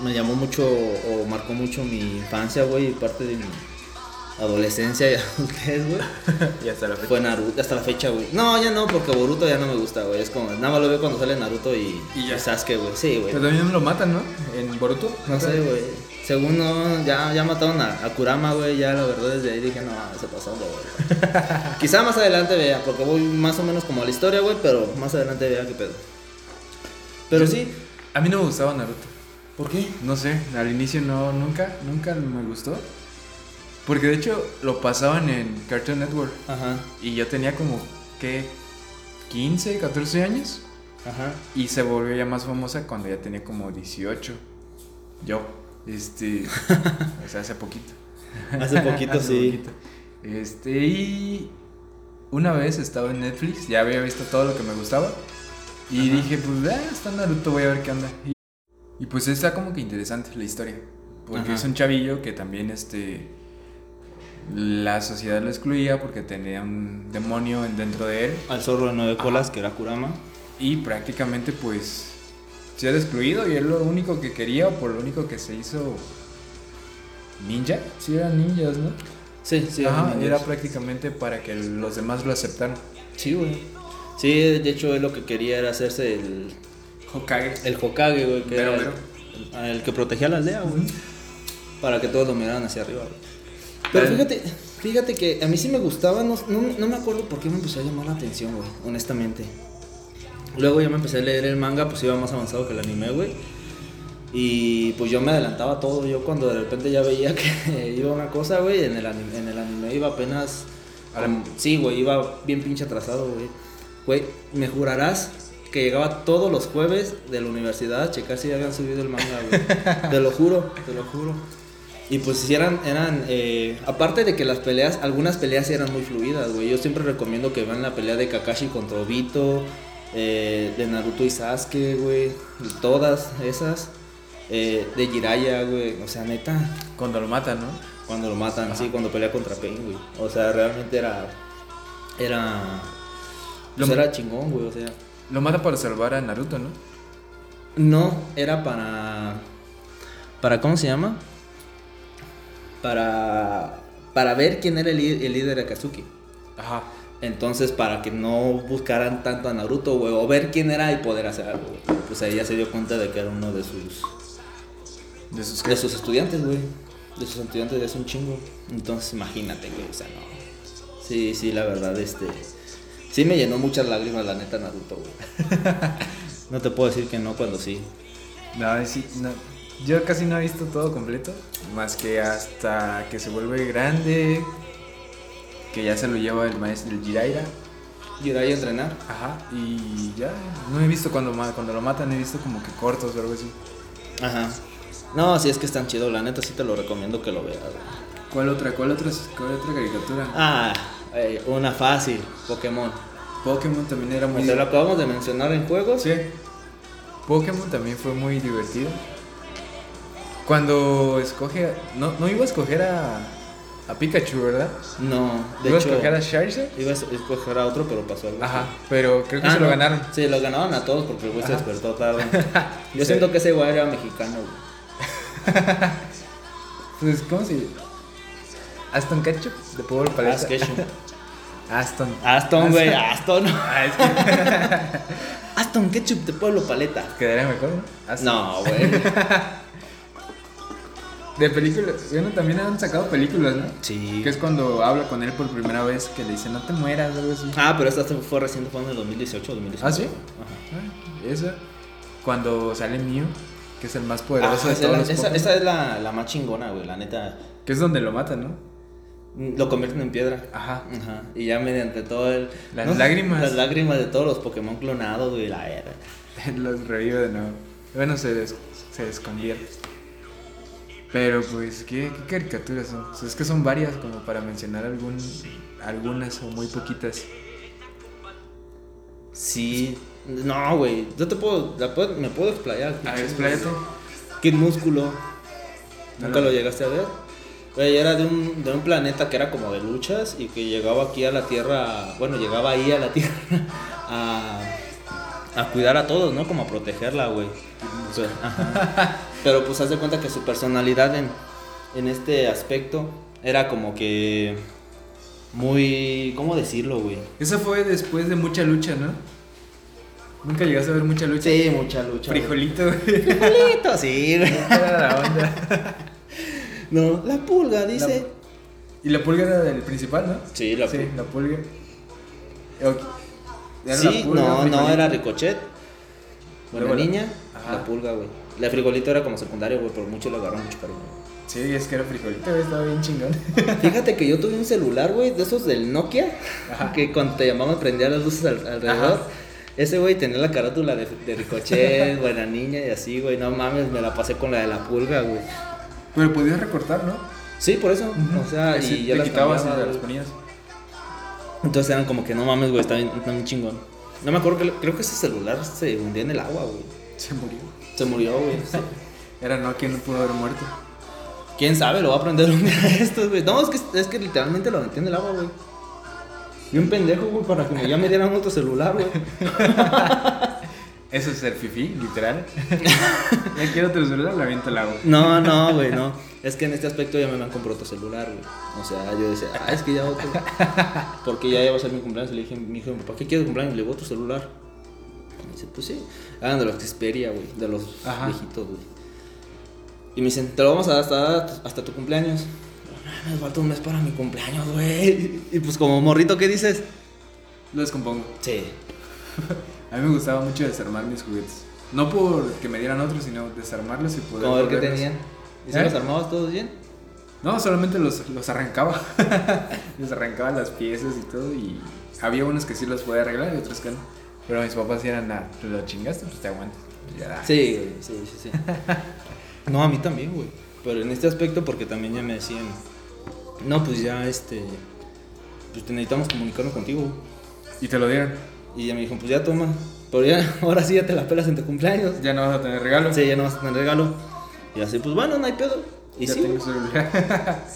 [SPEAKER 1] me llamó mucho o marcó mucho mi infancia, güey, y parte de mi adolescencia y adultez, güey.
[SPEAKER 2] Y hasta la
[SPEAKER 1] Fue Naruto hasta la fecha, güey. No, ya no, porque Boruto ya no me gusta, güey. Es como nada más lo veo cuando sale Naruto y,
[SPEAKER 2] Y ya.
[SPEAKER 1] y Sasuke, güey. Sí, güey.
[SPEAKER 2] Pero también lo matan, ¿no? En Boruto.
[SPEAKER 1] No sé, güey. Según no, ya, ya mataron a, a Kurama, güey. Ya la verdad desde ahí dije, no, se pasó, güey. Quizá más adelante vea, porque voy más o menos como a la historia, güey. Pero más adelante vea qué pedo. Pero sí.
[SPEAKER 2] A mí no me gustaba Naruto.
[SPEAKER 1] ¿Por qué?
[SPEAKER 2] No sé, al inicio no, nunca, nunca me gustó. Porque de hecho lo pasaban en Cartoon Network.
[SPEAKER 1] Ajá,
[SPEAKER 2] Y yo tenía como, ¿qué? 15, 14 años.
[SPEAKER 1] ajá.
[SPEAKER 2] Y se volvió ya más famosa cuando ya tenía como 18. Yo, este. o sea, hace poquito.
[SPEAKER 1] Hace poquito
[SPEAKER 2] Hace
[SPEAKER 1] sí.
[SPEAKER 2] poquito. Este, y una vez estaba en Netflix, ya había visto todo lo que me gustaba. Y
[SPEAKER 1] Ajá.
[SPEAKER 2] dije, pues, ah, está Naruto, voy a ver qué onda. Y, y pues está como que interesante la historia. Porque
[SPEAKER 1] Ajá.
[SPEAKER 2] es un chavillo que también, este. La sociedad lo excluía porque tenía un demonio en- dentro de él.
[SPEAKER 1] Al zorro de nueve colas, que era Kurama.
[SPEAKER 2] Y prácticamente, pues. Se ha excluido y es lo único que quería o por lo único que se hizo. Ninja. Sí, eran ninjas, ¿no?
[SPEAKER 1] Sí, sí.
[SPEAKER 2] Ajá,
[SPEAKER 1] Dios.
[SPEAKER 2] era prácticamente para que los demás lo aceptaran.
[SPEAKER 1] Sí, güey. Sí, de hecho, él lo que quería era hacerse el,
[SPEAKER 2] Hokage.
[SPEAKER 1] el Hokage, güey. Que
[SPEAKER 2] Mero,
[SPEAKER 1] era el- el, que protegía a la aldea, güey. Para que todos lo miraran hacia arriba, güey. Pero
[SPEAKER 2] Tal-
[SPEAKER 1] fíjate, fíjate que a mí sí me gustaba, no, no, no me acuerdo por qué me empezó a llamar la atención, güey, honestamente. Luego ya me empecé a leer el manga, pues iba más avanzado que el anime, güey. Y pues yo me adelantaba todo, yo cuando de repente ya veía que iba una cosa, güey, en el anime, en el anime iba apenas...
[SPEAKER 2] Al-
[SPEAKER 1] como- sí, güey, iba bien pinche atrasado, güey. Güey, me jurarás que llegaba todos los jueves de la universidad a checar si ya habían subido el manga, güey. te lo juro, te lo juro. Y pues sí eran, eran eh, aparte de que las peleas, algunas peleas sí eran muy fluidas, güey. Yo siempre recomiendo que vean la pelea de Kakashi contra Obito, eh, de Naruto y Sasuke, güey. y Todas esas. eh, de Jiraiya, güey. O sea, neta,
[SPEAKER 2] Cuando lo matan, ¿no?
[SPEAKER 1] cuando lo matan, sí, cuando pelea contra Pain, güey. O sea, realmente era... Era... pues
[SPEAKER 2] Lo-
[SPEAKER 1] era chingón, güey, o sea.
[SPEAKER 2] Lo matan para salvar a Naruto, ¿no?
[SPEAKER 1] No, era para. ¿Para cómo se llama? Para. Para ver quién era el, lí- el líder de Akatsuki.
[SPEAKER 2] Ajá.
[SPEAKER 1] Entonces, para que no buscaran tanto a Naruto, güey, o ver quién era y poder hacer algo, güey. Pues ahí ya se dio cuenta de que era uno de sus.
[SPEAKER 2] De sus
[SPEAKER 1] De sus estudiantes, güey. De sus estudiantes de hace un chingo. Entonces, imagínate, güey, o sea, no. Sí, sí, la verdad, este. Sí me llenó muchas lágrimas, la neta, Naruto, güey. No te puedo decir que no cuando sí.
[SPEAKER 2] No, sí, no. Yo casi no he visto todo completo. Más que hasta que se vuelve grande. Que ya se lo lleva el maestro, el Jiraiya.
[SPEAKER 1] Y ahora ahí a entrenar.
[SPEAKER 2] Ajá. Y ya. No he visto cuando, ma- cuando lo matan, he visto como que cortos o algo así.
[SPEAKER 1] Ajá. No, si es que están chido, la neta sí te lo recomiendo que lo veas. güey.
[SPEAKER 2] ¿Cuál otra? ¿Cuál otra, cuál otra caricatura?
[SPEAKER 1] Ah, eh, una fácil, Pokémon.
[SPEAKER 2] Pokémon también era muy.
[SPEAKER 1] Como te lo acabamos de mencionar en juegos.
[SPEAKER 2] Sí. Pokémon también fue muy divertido. Cuando escoge. No, no iba a escoger a. a Pikachu, ¿verdad?
[SPEAKER 1] No, de
[SPEAKER 2] iba
[SPEAKER 1] hecho.
[SPEAKER 2] a escoger a Charizard.
[SPEAKER 1] Iba a escoger a otro, pero pasó algo.
[SPEAKER 2] Ajá, pero creo que
[SPEAKER 1] Ah,
[SPEAKER 2] se lo
[SPEAKER 1] no.
[SPEAKER 2] ganaron.
[SPEAKER 1] Sí, lo ganaron a todos porque el güey se
[SPEAKER 2] Ajá.
[SPEAKER 1] despertó tarde. Yo
[SPEAKER 2] Sí.
[SPEAKER 1] siento que ese güey era mexicano, güey.
[SPEAKER 2] Pues, ¿cómo se Aston Ketchup de Pueblo Paleta.
[SPEAKER 1] Ash Ketchum.
[SPEAKER 2] Aston.
[SPEAKER 1] Aston, güey, Aston.
[SPEAKER 2] Ah, es que
[SPEAKER 1] Aston Ketchup de Pueblo Paleta.
[SPEAKER 2] quedaría mejor, ¿no? Aston.
[SPEAKER 1] No, güey.
[SPEAKER 2] De películas. Bueno, también han sacado películas, ¿no?
[SPEAKER 1] Sí.
[SPEAKER 2] Que es cuando habla con él por primera vez que le dice no te mueras, algo así.
[SPEAKER 1] Ah, pero esta fue recién, fue en el 2018 2019.
[SPEAKER 2] ¿Ah, sí?
[SPEAKER 1] Ajá.
[SPEAKER 2] Ah, Esa. Cuando sale Mew, que es el más poderoso
[SPEAKER 1] Ah,
[SPEAKER 2] de
[SPEAKER 1] esa,
[SPEAKER 2] todos los
[SPEAKER 1] esa-
[SPEAKER 2] Pokémon,
[SPEAKER 1] esa es la, la más chingona, güey, la neta.
[SPEAKER 2] Que es donde lo matan, ¿no?
[SPEAKER 1] Mm, Lo convierten en piedra.
[SPEAKER 2] Ajá.
[SPEAKER 1] Ajá. Y ya mediante todo el.
[SPEAKER 2] Las lágrimas.
[SPEAKER 1] Las lágrimas de todos los Pokémon clonados, güey, la verga.
[SPEAKER 2] Los revive de nuevo. Bueno, se, des- se desconvierte. Pero pues, ¿qué, qué caricaturas son? O sea, es que son varias, como para mencionar algún, algunas o muy poquitas.
[SPEAKER 1] Sí. No, güey. Yo te puedo, la puedo- Me puedo explayar.
[SPEAKER 2] A ver, expláyate.
[SPEAKER 1] Kid Músculo.
[SPEAKER 2] No
[SPEAKER 1] Nunca
[SPEAKER 2] lo-
[SPEAKER 1] lo llegaste a ver. Güey, era de un, de un planeta que era como de luchas y que llegaba aquí a la Tierra. Bueno, llegaba ahí a la Tierra a, a cuidar a todos, ¿no? Como a protegerla, güey. Pero, ajá. Pero, pues haz de cuenta que su personalidad en, en este aspecto era como que muy. ¿Cómo decirlo, güey?
[SPEAKER 2] Esa fue después de mucha lucha, ¿no? Nunca llegaste a ver mucha lucha.
[SPEAKER 1] Sí, mucha lucha. güey.
[SPEAKER 2] Frijolito, güey.
[SPEAKER 1] Frijolito, sí, güey.
[SPEAKER 2] Era la onda.
[SPEAKER 1] No, la pulga, dice.
[SPEAKER 2] La- Y la pulga era el principal, ¿no?
[SPEAKER 1] Sí, la
[SPEAKER 2] sí,
[SPEAKER 1] pulga.
[SPEAKER 2] la pulga. Ok. Era
[SPEAKER 1] sí,
[SPEAKER 2] la pulga,
[SPEAKER 1] no, no,
[SPEAKER 2] frijolito.
[SPEAKER 1] era Ricochet. Bueno,
[SPEAKER 2] Luego la-
[SPEAKER 1] niña,
[SPEAKER 2] Ajá.
[SPEAKER 1] la pulga, güey. La frijolito era como secundaria, güey, por mucho le agarró mucho cariño. güey.
[SPEAKER 2] Sí, es que era frijolito, güey, estaba bien chingón.
[SPEAKER 1] Fíjate que yo tuve un celular, güey, de esos del Nokia,
[SPEAKER 2] Ajá.
[SPEAKER 1] que cuando te llamaban prendía las luces al- alrededor.
[SPEAKER 2] Ajá.
[SPEAKER 1] Ese güey tenía la carátula de, de Ricochet, buena niña y así, güey. No mames, me la pasé con la de la pulga, güey.
[SPEAKER 2] Pero podías recortar, ¿no?
[SPEAKER 1] Sí, por eso. O sea,
[SPEAKER 2] Que sí,
[SPEAKER 1] Ah, y ya
[SPEAKER 2] te
[SPEAKER 1] las
[SPEAKER 2] quitabas
[SPEAKER 1] cambiaba,
[SPEAKER 2] y te las
[SPEAKER 1] güey.
[SPEAKER 2] ponías.
[SPEAKER 1] Entonces eran como que no mames, güey, está bien, está bien chingón. No me acuerdo, que- creo que ese celular se hundía en el agua, güey.
[SPEAKER 2] Se murió.
[SPEAKER 1] Se murió, güey. sí.
[SPEAKER 2] Era no, quien no pudo haber muerto.
[SPEAKER 1] ¿Quién sabe? Lo va a aprender un día de estos, güey. No, es que, es que literalmente lo metí en el agua, güey. Y un pendejo, güey, para que me, ya me dieran otro celular, güey.
[SPEAKER 2] Eso es ser fifí, literal. ya quiero tu celular, la aviento al agua.
[SPEAKER 1] No, no, güey, no. Es que en este aspecto ya me van a comprar otro celular, güey. O sea, yo decía, ah, es que ya otro. Porque ya iba a ser mi cumpleaños. Y le dije, mi hijo, ¿para qué quieres cumpleaños? Le digo, otro celular. Y me dice, pues sí. Hagan de los Xperia, güey. De los
[SPEAKER 2] Ajá.
[SPEAKER 1] viejitos, güey. Y me dicen, te lo vamos a dar hasta, hasta tu cumpleaños. No mames, falta un mes para mi cumpleaños, güey. Y pues como morrito, ¿qué dices?
[SPEAKER 2] Lo descompongo.
[SPEAKER 1] Sí.
[SPEAKER 2] A mí me gustaba mucho desarmar mis juguetes. No porque me dieran otros, sino desarmarlos y poder.
[SPEAKER 1] Como ver qué
[SPEAKER 2] volverlos-
[SPEAKER 1] tenían. Pues ¿Y si
[SPEAKER 2] ¿Eh?
[SPEAKER 1] los armabas todos bien?
[SPEAKER 2] No, solamente los, los arrancaba. les arrancaba las piezas y todo. Y había unos que sí los podía arreglar y otros que no. Pero mis papás sí eran, "Ah, te lo chingaste, pues te aguantas. Ya.
[SPEAKER 1] Sí, güey, Ah, sí, sí, sí. no, a mí también, güey. Pero en este aspecto, porque también ya me decían, no, pues ya, este, pues te necesitamos comunicarnos contigo.
[SPEAKER 2] Y te lo dieron.
[SPEAKER 1] Y ya me dijo, pues ya toma. Pero ya, ahora sí ya te la pelas en tu cumpleaños.
[SPEAKER 2] Ya no vas a tener regalo.
[SPEAKER 1] Sí, ya no vas a tener regalo. Y así, pues bueno, no hay pedo. Y
[SPEAKER 2] ya
[SPEAKER 1] sí,
[SPEAKER 2] tengo celular.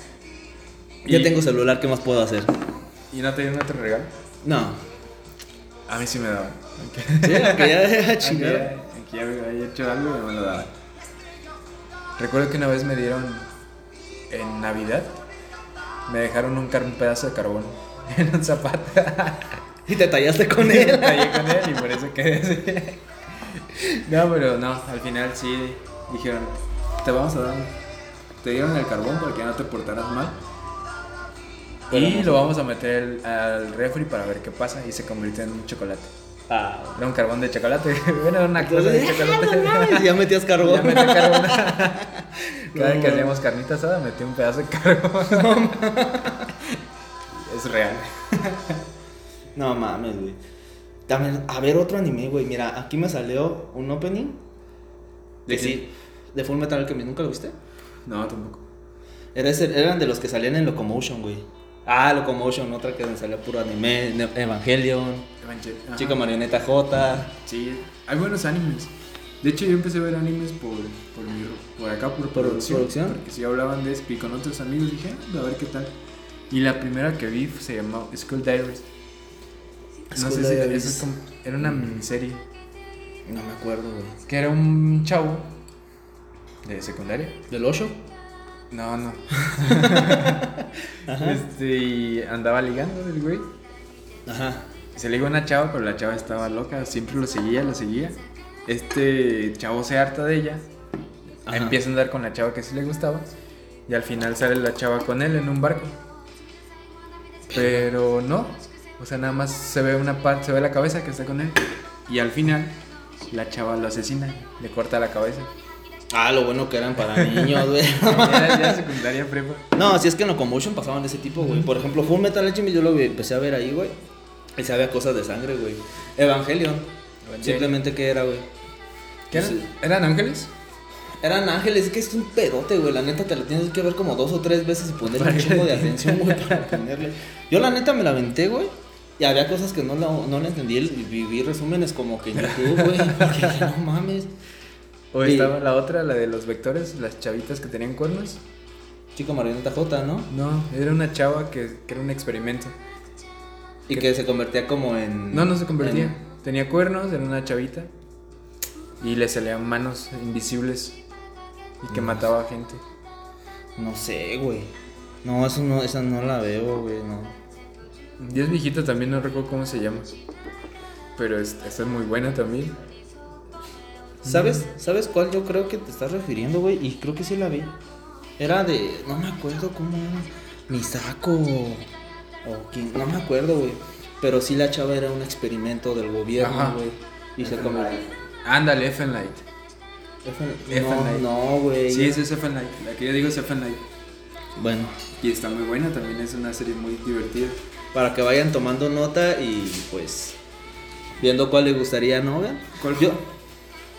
[SPEAKER 1] ya
[SPEAKER 2] Y-
[SPEAKER 1] tengo celular, ¿qué más puedo hacer?
[SPEAKER 2] ¿Y no te dieron otro regalo?
[SPEAKER 1] No.
[SPEAKER 2] A mí sí me daban. Aunque-
[SPEAKER 1] Sí, aunque ya deja
[SPEAKER 2] Aquí
[SPEAKER 1] chingar.
[SPEAKER 2] ya, aquí ya había hecho algo y no me lo daban. Recuerdo que una vez me dieron en Navidad, me dejaron un, car- un pedazo de carbón en un zapato.
[SPEAKER 1] Y te tallaste con
[SPEAKER 2] Me
[SPEAKER 1] él.
[SPEAKER 2] tallé con él y por eso quedé así. No, pero no, al final sí dijeron, te vamos a dar, te dieron el carbón para que ya no te portaras mal.
[SPEAKER 1] Pero
[SPEAKER 2] y
[SPEAKER 1] no
[SPEAKER 2] lo
[SPEAKER 1] sé.
[SPEAKER 2] vamos a meter al- al refri para ver qué pasa y se convirtió en un chocolate.
[SPEAKER 1] Ah,
[SPEAKER 2] Era un carbón de chocolate. Bueno, era una cosa
[SPEAKER 1] entonces,
[SPEAKER 2] de chocolate.
[SPEAKER 1] "Ah, no mames, ya metías carbón.
[SPEAKER 2] Ya metí carbón. Cada
[SPEAKER 1] No,
[SPEAKER 2] que
[SPEAKER 1] man.
[SPEAKER 2] hacíamos carnita asada, metí un pedazo de carbón. es real.
[SPEAKER 1] No mames, güey. También, a ver otro anime, güey. Mira, aquí me salió un opening.
[SPEAKER 2] ¿De
[SPEAKER 1] que
[SPEAKER 2] quién?
[SPEAKER 1] sí, De Full Metal Alchemist, ¿nunca lo viste?
[SPEAKER 2] No, tampoco.
[SPEAKER 1] Era ese- eran de los que salían en Locomotion, güey. Ah, Locomotion, otra que salía puro anime. Ne- Evangelion,
[SPEAKER 2] Evangelio. Ajá.
[SPEAKER 1] Chica Marioneta J.
[SPEAKER 2] Sí, hay buenos animes. De hecho, yo empecé a ver animes por, por, mi, por acá, por,
[SPEAKER 1] ¿Por
[SPEAKER 2] producción.
[SPEAKER 1] producción?
[SPEAKER 2] Porque si hablaban de eso y con otros amigos dije, "Ah, a ver qué tal. Y la primera que vi se llamó School Diaries. No
[SPEAKER 1] School
[SPEAKER 2] sé si eso
[SPEAKER 1] Diaries.
[SPEAKER 2] es como- era una miniserie.
[SPEAKER 1] No me acuerdo, güey.
[SPEAKER 2] Mm. Que era un chavo de secundaria.
[SPEAKER 1] ¿Del 8?
[SPEAKER 2] No, no. este, y andaba ligando el güey.
[SPEAKER 1] Ajá.
[SPEAKER 2] Se le iba una chava, pero la chava estaba loca. Siempre lo seguía, lo seguía. Este chavo se harta de ella.
[SPEAKER 1] Ajá.
[SPEAKER 2] Empieza a andar con la chava que sí le gustaba. Y al final sale la chava con él en un barco. Pero no. O sea, nada más se ve una parte, se ve la cabeza que está con él. Y al final, la chava lo asesina. Le corta la cabeza.
[SPEAKER 1] Ah, lo bueno que eran para niños, güey.
[SPEAKER 2] Era ya secundaria prepa.
[SPEAKER 1] No, si es que en Locomotion pasaban ese tipo, güey. Por ejemplo, Full Metal Alchemist yo lo vi- empecé a ver ahí, güey. Y se había cosas de sangre, güey. Evangelion.
[SPEAKER 2] Evangelion.
[SPEAKER 1] Simplemente que era, güey.
[SPEAKER 2] ¿Qué eran?
[SPEAKER 1] Sí.
[SPEAKER 2] ¿Eran ángeles?
[SPEAKER 1] Eran ángeles, es que es un pedote, güey. La neta te la tienes que ver como dos o tres veces y ponerle un chingo de atención, güey, para ponerle. Yo la neta me la aventé, güey. Y había cosas que no la, no la entendí. y vi- vi resúmenes como que en YouTube, güey. Porque dije, no mames.
[SPEAKER 2] O
[SPEAKER 1] Sí.
[SPEAKER 2] estaba la otra, la de los vectores, las chavitas que tenían cuernos.
[SPEAKER 1] Chico Marioneta J, ¿no?
[SPEAKER 2] No, era una chava que, que era un experimento.
[SPEAKER 1] Y que se convertía como en.
[SPEAKER 2] No, no se convertía.
[SPEAKER 1] en-
[SPEAKER 2] Tenía cuernos, era una chavita. Y le salían manos invisibles. Y que mataba a gente.
[SPEAKER 1] No sé, güey. No, eso no, esa no la veo, güey, no.
[SPEAKER 2] Y es viejita también, no recuerdo cómo se llama. Pero es- esta es muy buena también.
[SPEAKER 1] ¿Sabes? ¿Sabes cuál yo creo que te estás refiriendo, güey? Y creo que sí la vi. Era de. No me acuerdo cómo era. Misako. O, o quién. No me acuerdo, güey. Pero sí la chava era un experimento del
[SPEAKER 2] Ajá.
[SPEAKER 1] gobierno, güey. Y se como.
[SPEAKER 2] Ándale, Effenlight.
[SPEAKER 1] F- No,
[SPEAKER 2] F9.
[SPEAKER 1] no, güey.
[SPEAKER 2] Sí, esa es Effenlight. La que yo digo es Effenlight.
[SPEAKER 1] Bueno,
[SPEAKER 2] Y está muy buena también, es una serie muy divertida.
[SPEAKER 1] para que vayan tomando nota y pues. Viendo cuál les gustaría, ¿no? güey?
[SPEAKER 2] ¿Cuál?
[SPEAKER 1] Yo,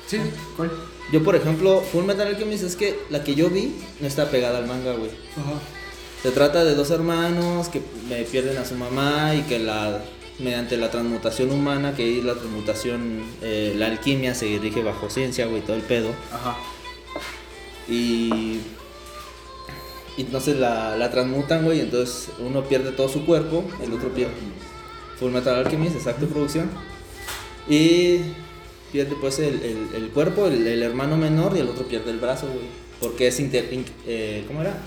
[SPEAKER 2] Sí, sí, ¿cuál?
[SPEAKER 1] yo, por ejemplo, Full Metal Alchemist es que la que yo vi no está pegada al manga, güey. Se trata de dos hermanos que eh, pierden a su mamá y que la mediante la transmutación humana, que es la transmutación, eh, la alquimia se rige bajo ciencia, güey, todo el pedo.
[SPEAKER 2] Ajá.
[SPEAKER 1] Y. y entonces la, la transmutan, güey, entonces uno pierde todo su cuerpo, el otro pierde. Full Metal Alchemist, exacto, producción. Y pierde pues el, el- el cuerpo, el, el hermano menor, y el otro pierde el brazo, güey. Porque es inter. in- eh, ¿Cómo era?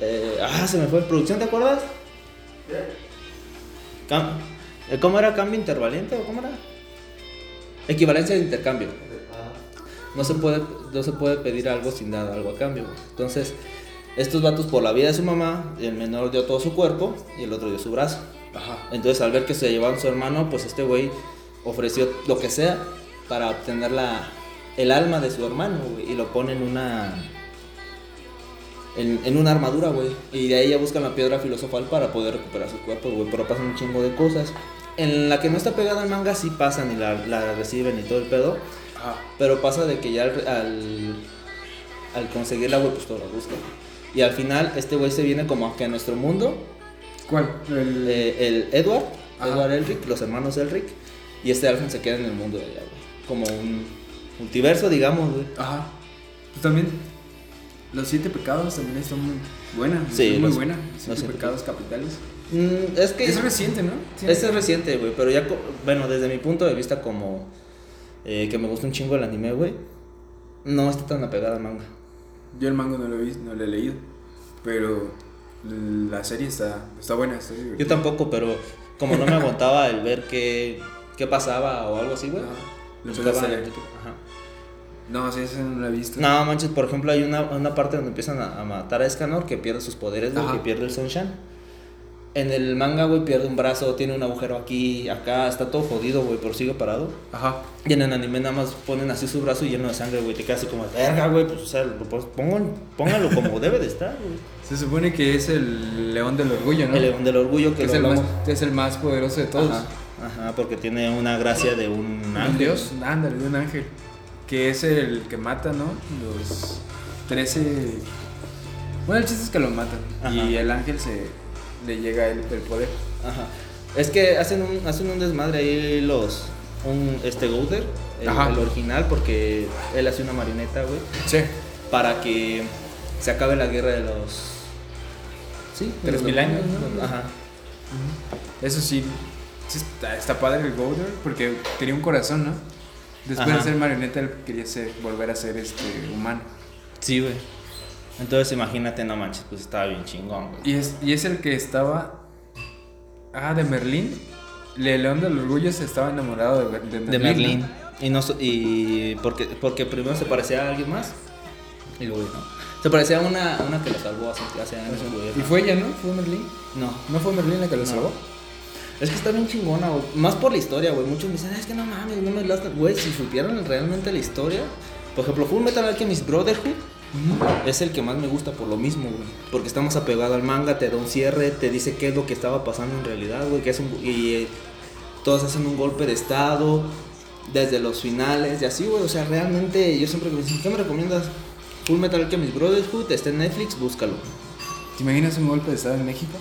[SPEAKER 1] Eh, ah, se me fue. ¿Producción, te acuerdas? Cam- eh, ¿Cómo era cambio intervaliente o cómo era? Equivalencia de intercambio. No se puede, no se puede pedir algo sin dar algo a cambio. güey. Entonces, estos vatos por la vida de su mamá, el menor dio todo su cuerpo y el otro dio su brazo.
[SPEAKER 2] Ajá.
[SPEAKER 1] Entonces, al ver que se llevaban su hermano, pues este güey ofreció lo que sea para obtener la, el alma de su hermano, güey. Y lo pone en una. En, en una armadura, güey. Y de ahí ya buscan la piedra filosofal para poder recuperar su cuerpo, güey. Pero pasan un chingo de cosas. En la que no está pegada al manga, sí pasan y la, la reciben y todo el pedo.
[SPEAKER 2] Ajá.
[SPEAKER 1] Pero pasa de que ya al, al, al conseguirla, güey, pues todo lo busca. Y al final, este güey se viene como que a nuestro mundo.
[SPEAKER 2] ¿Cuál? El...
[SPEAKER 1] Eh, el Edward,
[SPEAKER 2] Ajá.
[SPEAKER 1] Edward Elric, los hermanos Elric, y este Alfred se queda en el mundo de allá, güey. Como un multiverso, digamos, güey.
[SPEAKER 2] Ajá. Pues también. Los siete pecados también está muy buena.
[SPEAKER 1] Sí,
[SPEAKER 2] está muy
[SPEAKER 1] los-
[SPEAKER 2] buena.
[SPEAKER 1] los
[SPEAKER 2] Los siete
[SPEAKER 1] siete
[SPEAKER 2] pecados capitales.
[SPEAKER 1] Mm, es que
[SPEAKER 2] Es reciente, ¿no? Sí.
[SPEAKER 1] Ese es reciente, güey, pero ya, co- bueno, desde mi punto de vista como eh, que me gusta un chingo el anime, güey, no está tan apegada al manga.
[SPEAKER 2] Yo el mango no lo he visto, no lo he leído. Pero la serie está, está buena. Está
[SPEAKER 1] Yo
[SPEAKER 2] divertida.
[SPEAKER 1] tampoco, pero como no me aguantaba el ver qué, qué pasaba o algo así, güey.
[SPEAKER 2] Ajá. Lo
[SPEAKER 1] buscaba
[SPEAKER 2] empezaste a
[SPEAKER 1] en
[SPEAKER 2] leer.
[SPEAKER 1] YouTube, ajá.
[SPEAKER 2] No, sí, esa no la he visto.
[SPEAKER 1] No, manches, por ejemplo, hay una, una parte donde empiezan a, a matar a Escanor que pierde sus poderes, güey,
[SPEAKER 2] Ajá.
[SPEAKER 1] que pierde el Sunshine. En el manga, güey, pierde un brazo, tiene un agujero aquí, acá, está todo jodido, güey, pero sigue parado.
[SPEAKER 2] Ajá.
[SPEAKER 1] Y en el anime nada más ponen así su brazo lleno de sangre, güey, te quedas así como, verga, güey, pues, o sea, lo- pues, pongan- póngalo como debe de estar, güey.
[SPEAKER 2] Se supone que es el león del orgullo, ¿no?
[SPEAKER 1] El león del orgullo que
[SPEAKER 2] que es
[SPEAKER 1] lo
[SPEAKER 2] el, más,
[SPEAKER 1] hablamos.
[SPEAKER 2] es el más poderoso de todos.
[SPEAKER 1] Ajá, ajá, porque tiene una gracia de un
[SPEAKER 2] Un
[SPEAKER 1] ángel.
[SPEAKER 2] dios, ándale, de un ángel. Que es el que mata, ¿no? Los 13. Bueno, el chiste es que lo matan.
[SPEAKER 1] Ajá.
[SPEAKER 2] Y el ángel se le llega el, el poder.
[SPEAKER 1] Ajá. Es que hacen un, hacen un desmadre ahí los. Un, este Gouder, el,
[SPEAKER 2] Ajá.
[SPEAKER 1] el original, porque él hace una marioneta, güey,
[SPEAKER 2] Sí.
[SPEAKER 1] para que se acabe la guerra de los. Sí, de los
[SPEAKER 2] 3000 años, ¿no?
[SPEAKER 1] Ajá.
[SPEAKER 2] Eso sí. sí está, está padre el Golder porque tenía un corazón, ¿no? Después
[SPEAKER 1] Ajá.
[SPEAKER 2] de ser marioneta, él quería ser, volver a ser este humano.
[SPEAKER 1] Sí, güey. Entonces imagínate, no manches, pues estaba bien chingón, güey.
[SPEAKER 2] Y es, y es el que estaba. Ah, de Merlín. Le- León del Orgullo se estaba enamorado de, de Merlín.
[SPEAKER 1] De
[SPEAKER 2] ¿no?
[SPEAKER 1] Merlin. Y no so- y porque, porque primero se parecía a alguien más. Y luego no. Se parecía a una, una que lo salvó hace, hace años, güey.
[SPEAKER 2] Y fue ella, ¿no? ¿Fue Merlín?
[SPEAKER 1] No,
[SPEAKER 2] ¿No fue Merlín la que lo
[SPEAKER 1] No.
[SPEAKER 2] salvó?
[SPEAKER 1] Es que está bien chingona, güey. Más por la historia, güey. Muchos me dicen, "Ah, es que no mames, no me lasta. Güey, si supieran realmente la historia. Por ejemplo, Full Metal Alchemist Brotherhood es el que más me gusta por lo mismo, güey. Porque está más apegado al manga, te da un cierre, te dice qué es lo que estaba pasando en realidad, güey. Que es un, y eh, todos hacen un golpe de estado desde los finales y así, güey. O sea, realmente yo siempre que me dicen, ¿qué me recomiendas? Full Metal Alchemist Brotherhood está en Netflix, búscalo.
[SPEAKER 2] ¿Te imaginas un golpe de estado en México?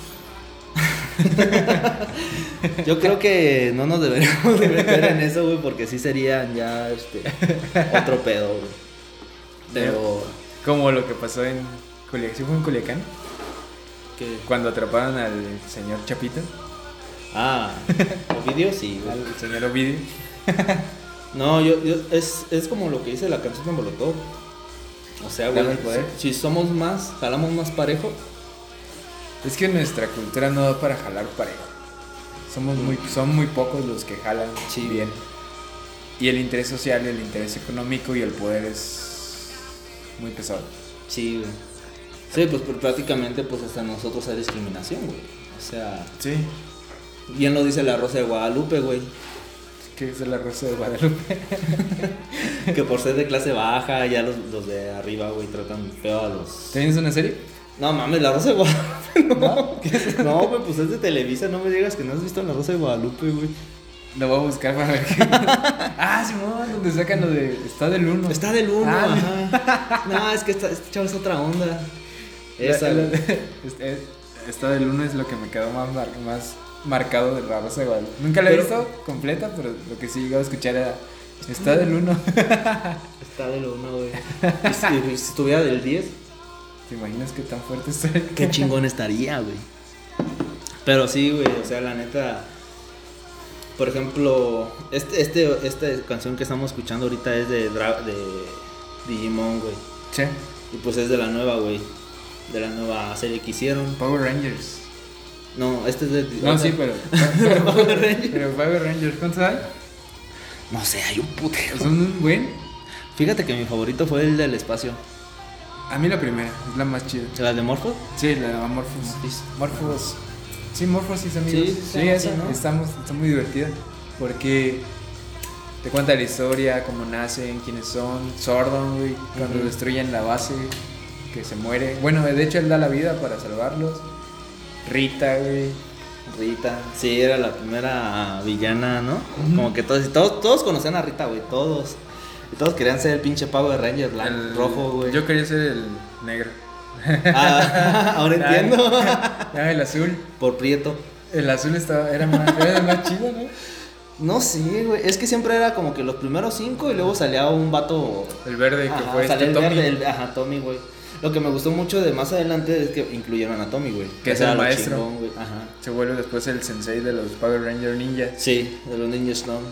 [SPEAKER 1] Yo creo que no nos deberíamos de meter en eso, güey, porque sí serían ya este, otro pedo, güey. Pero
[SPEAKER 2] Como lo que pasó en Culiacán. ¿Sí fue en Culiacán?
[SPEAKER 1] que
[SPEAKER 2] Cuando atraparon al señor Chapito,
[SPEAKER 1] ah, Ovidio sí, güey.
[SPEAKER 2] al señor Ovidio.
[SPEAKER 1] No, yo, yo- es, es como lo que dice la canción de Molotov. O sea, güey,
[SPEAKER 2] Dame el poder.
[SPEAKER 1] si, si somos más, jalamos más parejo.
[SPEAKER 2] Es que nuestra cultura no da para jalar parejo. Somos muy, son muy pocos los que jalan
[SPEAKER 1] Sí.
[SPEAKER 2] bien. Y el interés social, el interés económico y el poder es muy pesado.
[SPEAKER 1] Sí, güey. Sí, pues, pues, prácticamente pues hasta nosotros hay discriminación, güey. O sea,
[SPEAKER 2] Sí.
[SPEAKER 1] bien lo dice la Rosa de Guadalupe, güey.
[SPEAKER 2] Que es la rosa de Guadalupe.
[SPEAKER 1] Que por ser de clase baja, ya los, los de arriba, güey, tratan feo a los
[SPEAKER 2] ¿Te vienes una serie?
[SPEAKER 1] No mames, la Rosa de Guadalupe, no. No, güey, pues es de Televisa, no me digas que no has visto la Rosa de Guadalupe, güey.
[SPEAKER 2] Lo voy a buscar para ver. qué- ah, Simón, donde sacan lo de. Está del uno.
[SPEAKER 1] Está del uno,
[SPEAKER 2] Ah,
[SPEAKER 1] ajá. No, es que esta, este chavo es otra onda. Esa,
[SPEAKER 2] La- la-
[SPEAKER 1] güey.
[SPEAKER 2] este- esta del uno es lo que me quedó más, mar- más marcado de la raza, güey. Nunca la he
[SPEAKER 1] Pero-
[SPEAKER 2] visto completa, pero lo que sí he llegado a escuchar era. Está del uno
[SPEAKER 1] Está del 1, güey. Y si, y si estuviera del 10,
[SPEAKER 2] ¿Te imaginas qué tan fuerte está? el-
[SPEAKER 1] qué chingón estaría, güey. Pero sí, güey, o sea, la neta. Por ejemplo, este, este, esta canción que estamos escuchando ahorita es de, Dra- de Digimon, güey.
[SPEAKER 2] Che,
[SPEAKER 1] Y pues es de la nueva, güey. De la nueva serie que hicieron.
[SPEAKER 2] Power Rangers.
[SPEAKER 1] No, este es de.
[SPEAKER 2] No,
[SPEAKER 1] otra-
[SPEAKER 2] sí, pero. Pero
[SPEAKER 1] Power Rangers.
[SPEAKER 2] pero Power Rangers, ¿cuántos hay?
[SPEAKER 1] No sé, hay un putero.
[SPEAKER 2] Son un buen.
[SPEAKER 1] Fíjate que mi favorito fue el del espacio.
[SPEAKER 2] A mí la primera, es la más chida.
[SPEAKER 1] ¿La de Morpho?
[SPEAKER 2] Sí, la Morphosis. Morphos. Sí, Morphosis, amigos.
[SPEAKER 1] Sí,
[SPEAKER 2] Sí,
[SPEAKER 1] sí, sí,
[SPEAKER 2] esa
[SPEAKER 1] ¿no?
[SPEAKER 2] estamos, está muy divertida. Porque te cuenta la historia, cómo nacen, quiénes son. Sordon, güey, cuando
[SPEAKER 1] Ujú.
[SPEAKER 2] destruyen la base, que se muere. Bueno, de hecho, él da la vida para salvarlos. Rita, güey.
[SPEAKER 1] Rita. Sí, era la primera villana, ¿no?
[SPEAKER 2] Ujú.
[SPEAKER 1] Como que todos, todos, todos conocían a Rita, güey, todos. Y todos querían ser el pinche Power Ranger blanco,
[SPEAKER 2] El
[SPEAKER 1] rojo, güey.
[SPEAKER 2] Yo quería ser el negro.
[SPEAKER 1] Ah, ahora entiendo.
[SPEAKER 2] Ah, el azul.
[SPEAKER 1] Por Prieto.
[SPEAKER 2] El azul estaba, era, más, era el más chido, ¿no?
[SPEAKER 1] No sé, güey. Es que siempre era como que los primeros cinco y luego salía un vato.
[SPEAKER 2] El verde que
[SPEAKER 1] Ajá,
[SPEAKER 2] fue
[SPEAKER 1] salía
[SPEAKER 2] este
[SPEAKER 1] el
[SPEAKER 2] Tommy.
[SPEAKER 1] verde, el- ajá, Tommy, güey. Lo que me gustó mucho de más adelante es que incluyeron a Tommy, güey.
[SPEAKER 2] Que es
[SPEAKER 1] Era
[SPEAKER 2] el
[SPEAKER 1] lo
[SPEAKER 2] maestro.
[SPEAKER 1] chingón, güey. Ajá.
[SPEAKER 2] Se vuelve después el sensei de los Power Ranger Ninja.
[SPEAKER 1] Sí, de los Ninja Storm.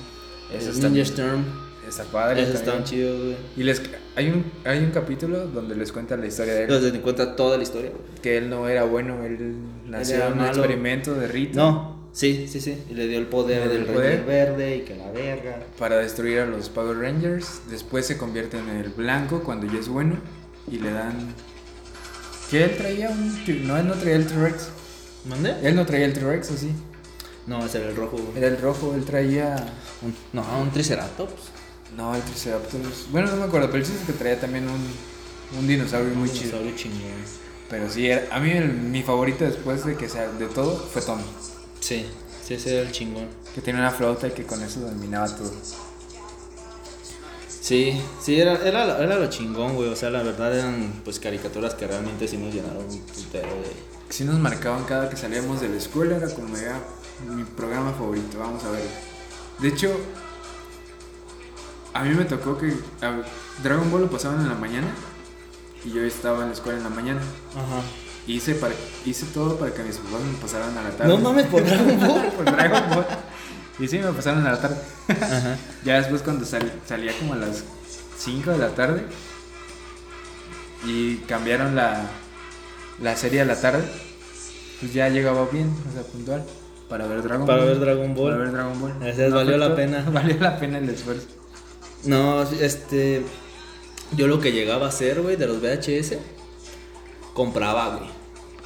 [SPEAKER 2] Eso
[SPEAKER 1] Los
[SPEAKER 2] está
[SPEAKER 1] Ninja
[SPEAKER 2] bien.
[SPEAKER 1] Storm.
[SPEAKER 2] Está padre.
[SPEAKER 1] Esos
[SPEAKER 2] también.
[SPEAKER 1] estaban chidos, güey.
[SPEAKER 2] Y les, hay, un, hay un capítulo donde les cuenta la historia de él.
[SPEAKER 1] Entonces te cuenta toda la historia, güey.
[SPEAKER 2] Que él no era bueno, él nació
[SPEAKER 1] Era
[SPEAKER 2] en un
[SPEAKER 1] malo.
[SPEAKER 2] experimento de Rita
[SPEAKER 1] No, sí, sí, sí. Y le dio el poder
[SPEAKER 2] Le dio
[SPEAKER 1] del
[SPEAKER 2] el
[SPEAKER 1] Ranger
[SPEAKER 2] poder.
[SPEAKER 1] Verde y que la verga.
[SPEAKER 2] para destruir a los Power Rangers. Después se convierte en el blanco cuando ya es bueno y le dan... Que él traía un... tri- No, él no traía el T-Rex.
[SPEAKER 1] ¿Mande?
[SPEAKER 2] Él no traía el T-Rex, ¿o sí?
[SPEAKER 1] No, ese era el rojo, güey.
[SPEAKER 2] Era el rojo, él traía...
[SPEAKER 1] Un- no, un Triceratops.
[SPEAKER 2] No, el Triceratops. Bueno, no me acuerdo, pero el chiste es que traía también un, un dinosaurio muy chido.
[SPEAKER 1] Dinosaurio chingón.
[SPEAKER 2] Pero sí, era- a mí el- mi favorito después de que sea de todo fue Tommy.
[SPEAKER 1] Sí, sí, ese era el chingón.
[SPEAKER 2] Que tenía una flauta y que con eso dominaba todo.
[SPEAKER 1] Sí, sí, era, era, lo- era lo chingón, güey. O sea, la verdad eran pues caricaturas que realmente sí nos llenaron un putero de.
[SPEAKER 2] Si nos marcaban cada que salíamos de la escuela, era como ya mi programa favorito, vamos a ver. De hecho, a mí me tocó que a- Dragon Ball lo pasaban en la mañana y yo estaba en la escuela en la mañana.
[SPEAKER 1] Ajá.
[SPEAKER 2] Y hice, para- hice todo para que mis papás me pasaran a la tarde.
[SPEAKER 1] No mames, por Dragon Ball.
[SPEAKER 2] Por Dragon Ball. Y sí, me pasaron a la tarde.
[SPEAKER 1] Ajá.
[SPEAKER 2] Ya después cuando sal- salía como a las 5 de la tarde y cambiaron la, la serie a la tarde, pues ya llegaba bien, o sea, puntual, para ver Dragon
[SPEAKER 1] Para
[SPEAKER 2] Ball.
[SPEAKER 1] ver Dragon Ball.
[SPEAKER 2] Para ver Dragon Ball.
[SPEAKER 1] Gracias, valió la
[SPEAKER 2] afectó,
[SPEAKER 1] pena.
[SPEAKER 2] Valió la pena el esfuerzo.
[SPEAKER 1] No, este. Yo lo que llegaba a hacer, güey, de los VHS, compraba, güey.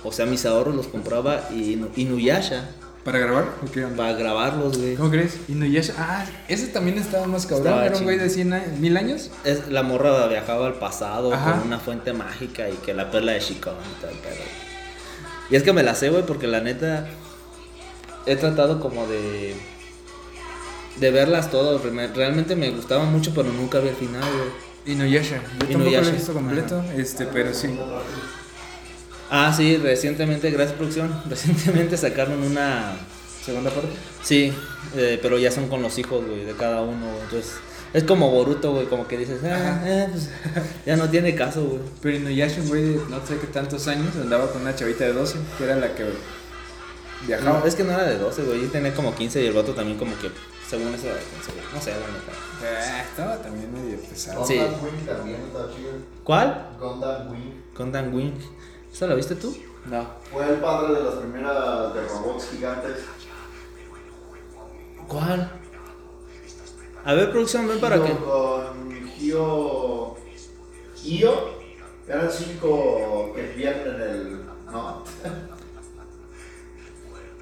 [SPEAKER 1] O sea, mis ahorros los compraba y Inuyasha
[SPEAKER 2] ¿Para grabar? ¿O qué onda?
[SPEAKER 1] para grabarlos, güey.
[SPEAKER 2] ¿Cómo crees? Inuyasha. Ah, ese también estaba más cabrón.
[SPEAKER 1] Estaba
[SPEAKER 2] Era un güey
[SPEAKER 1] chido.
[SPEAKER 2] de 100 a- mil años.
[SPEAKER 1] Es, la morra viajaba al pasado
[SPEAKER 2] Ajá.
[SPEAKER 1] con una fuente mágica y que la perla de Shikon y tal, pero... Y es que me la sé, güey, porque la neta he tratado como de de verlas todas. re- Realmente me gustaba mucho, pero nunca vi el final, güey.
[SPEAKER 2] Inuyasha. Yo tampoco lo
[SPEAKER 1] Inuyasha.
[SPEAKER 2] he visto completo, este, pero sí.
[SPEAKER 1] Ah, sí, recientemente, gracias producción, recientemente sacaron una...
[SPEAKER 2] Segunda parte.
[SPEAKER 1] Sí, eh, pero ya son con los hijos, güey, de cada uno, güey. Entonces, es como Boruto, güey, como que dices, ah,
[SPEAKER 2] Ajá.
[SPEAKER 1] eh, pues, ya no tiene caso, güey.
[SPEAKER 2] Pero Inuyasha, un güey, de no sé qué tantos años, andaba con una chavita de 12, que era la que viajaba.
[SPEAKER 1] No, es que no era de 12, güey. Yo tenía como 15 y el vato también como que, según eso, era de 15, güey. No sé, la neta.
[SPEAKER 2] Ah, estaba también medio pesado.
[SPEAKER 1] Sí.
[SPEAKER 3] Gundam Wing también está chido.
[SPEAKER 1] ¿Cuál?
[SPEAKER 3] Gundam Wing
[SPEAKER 1] Gundam Wing. ¿Esta la viste tú?
[SPEAKER 2] No.
[SPEAKER 3] fue el padre de las primeras de robots gigantes.
[SPEAKER 1] ¿Cuál? A ver, producción, ven para
[SPEAKER 3] Hio
[SPEAKER 1] que...
[SPEAKER 3] Con Gio. Io. Eran cinco que vivían en el. No.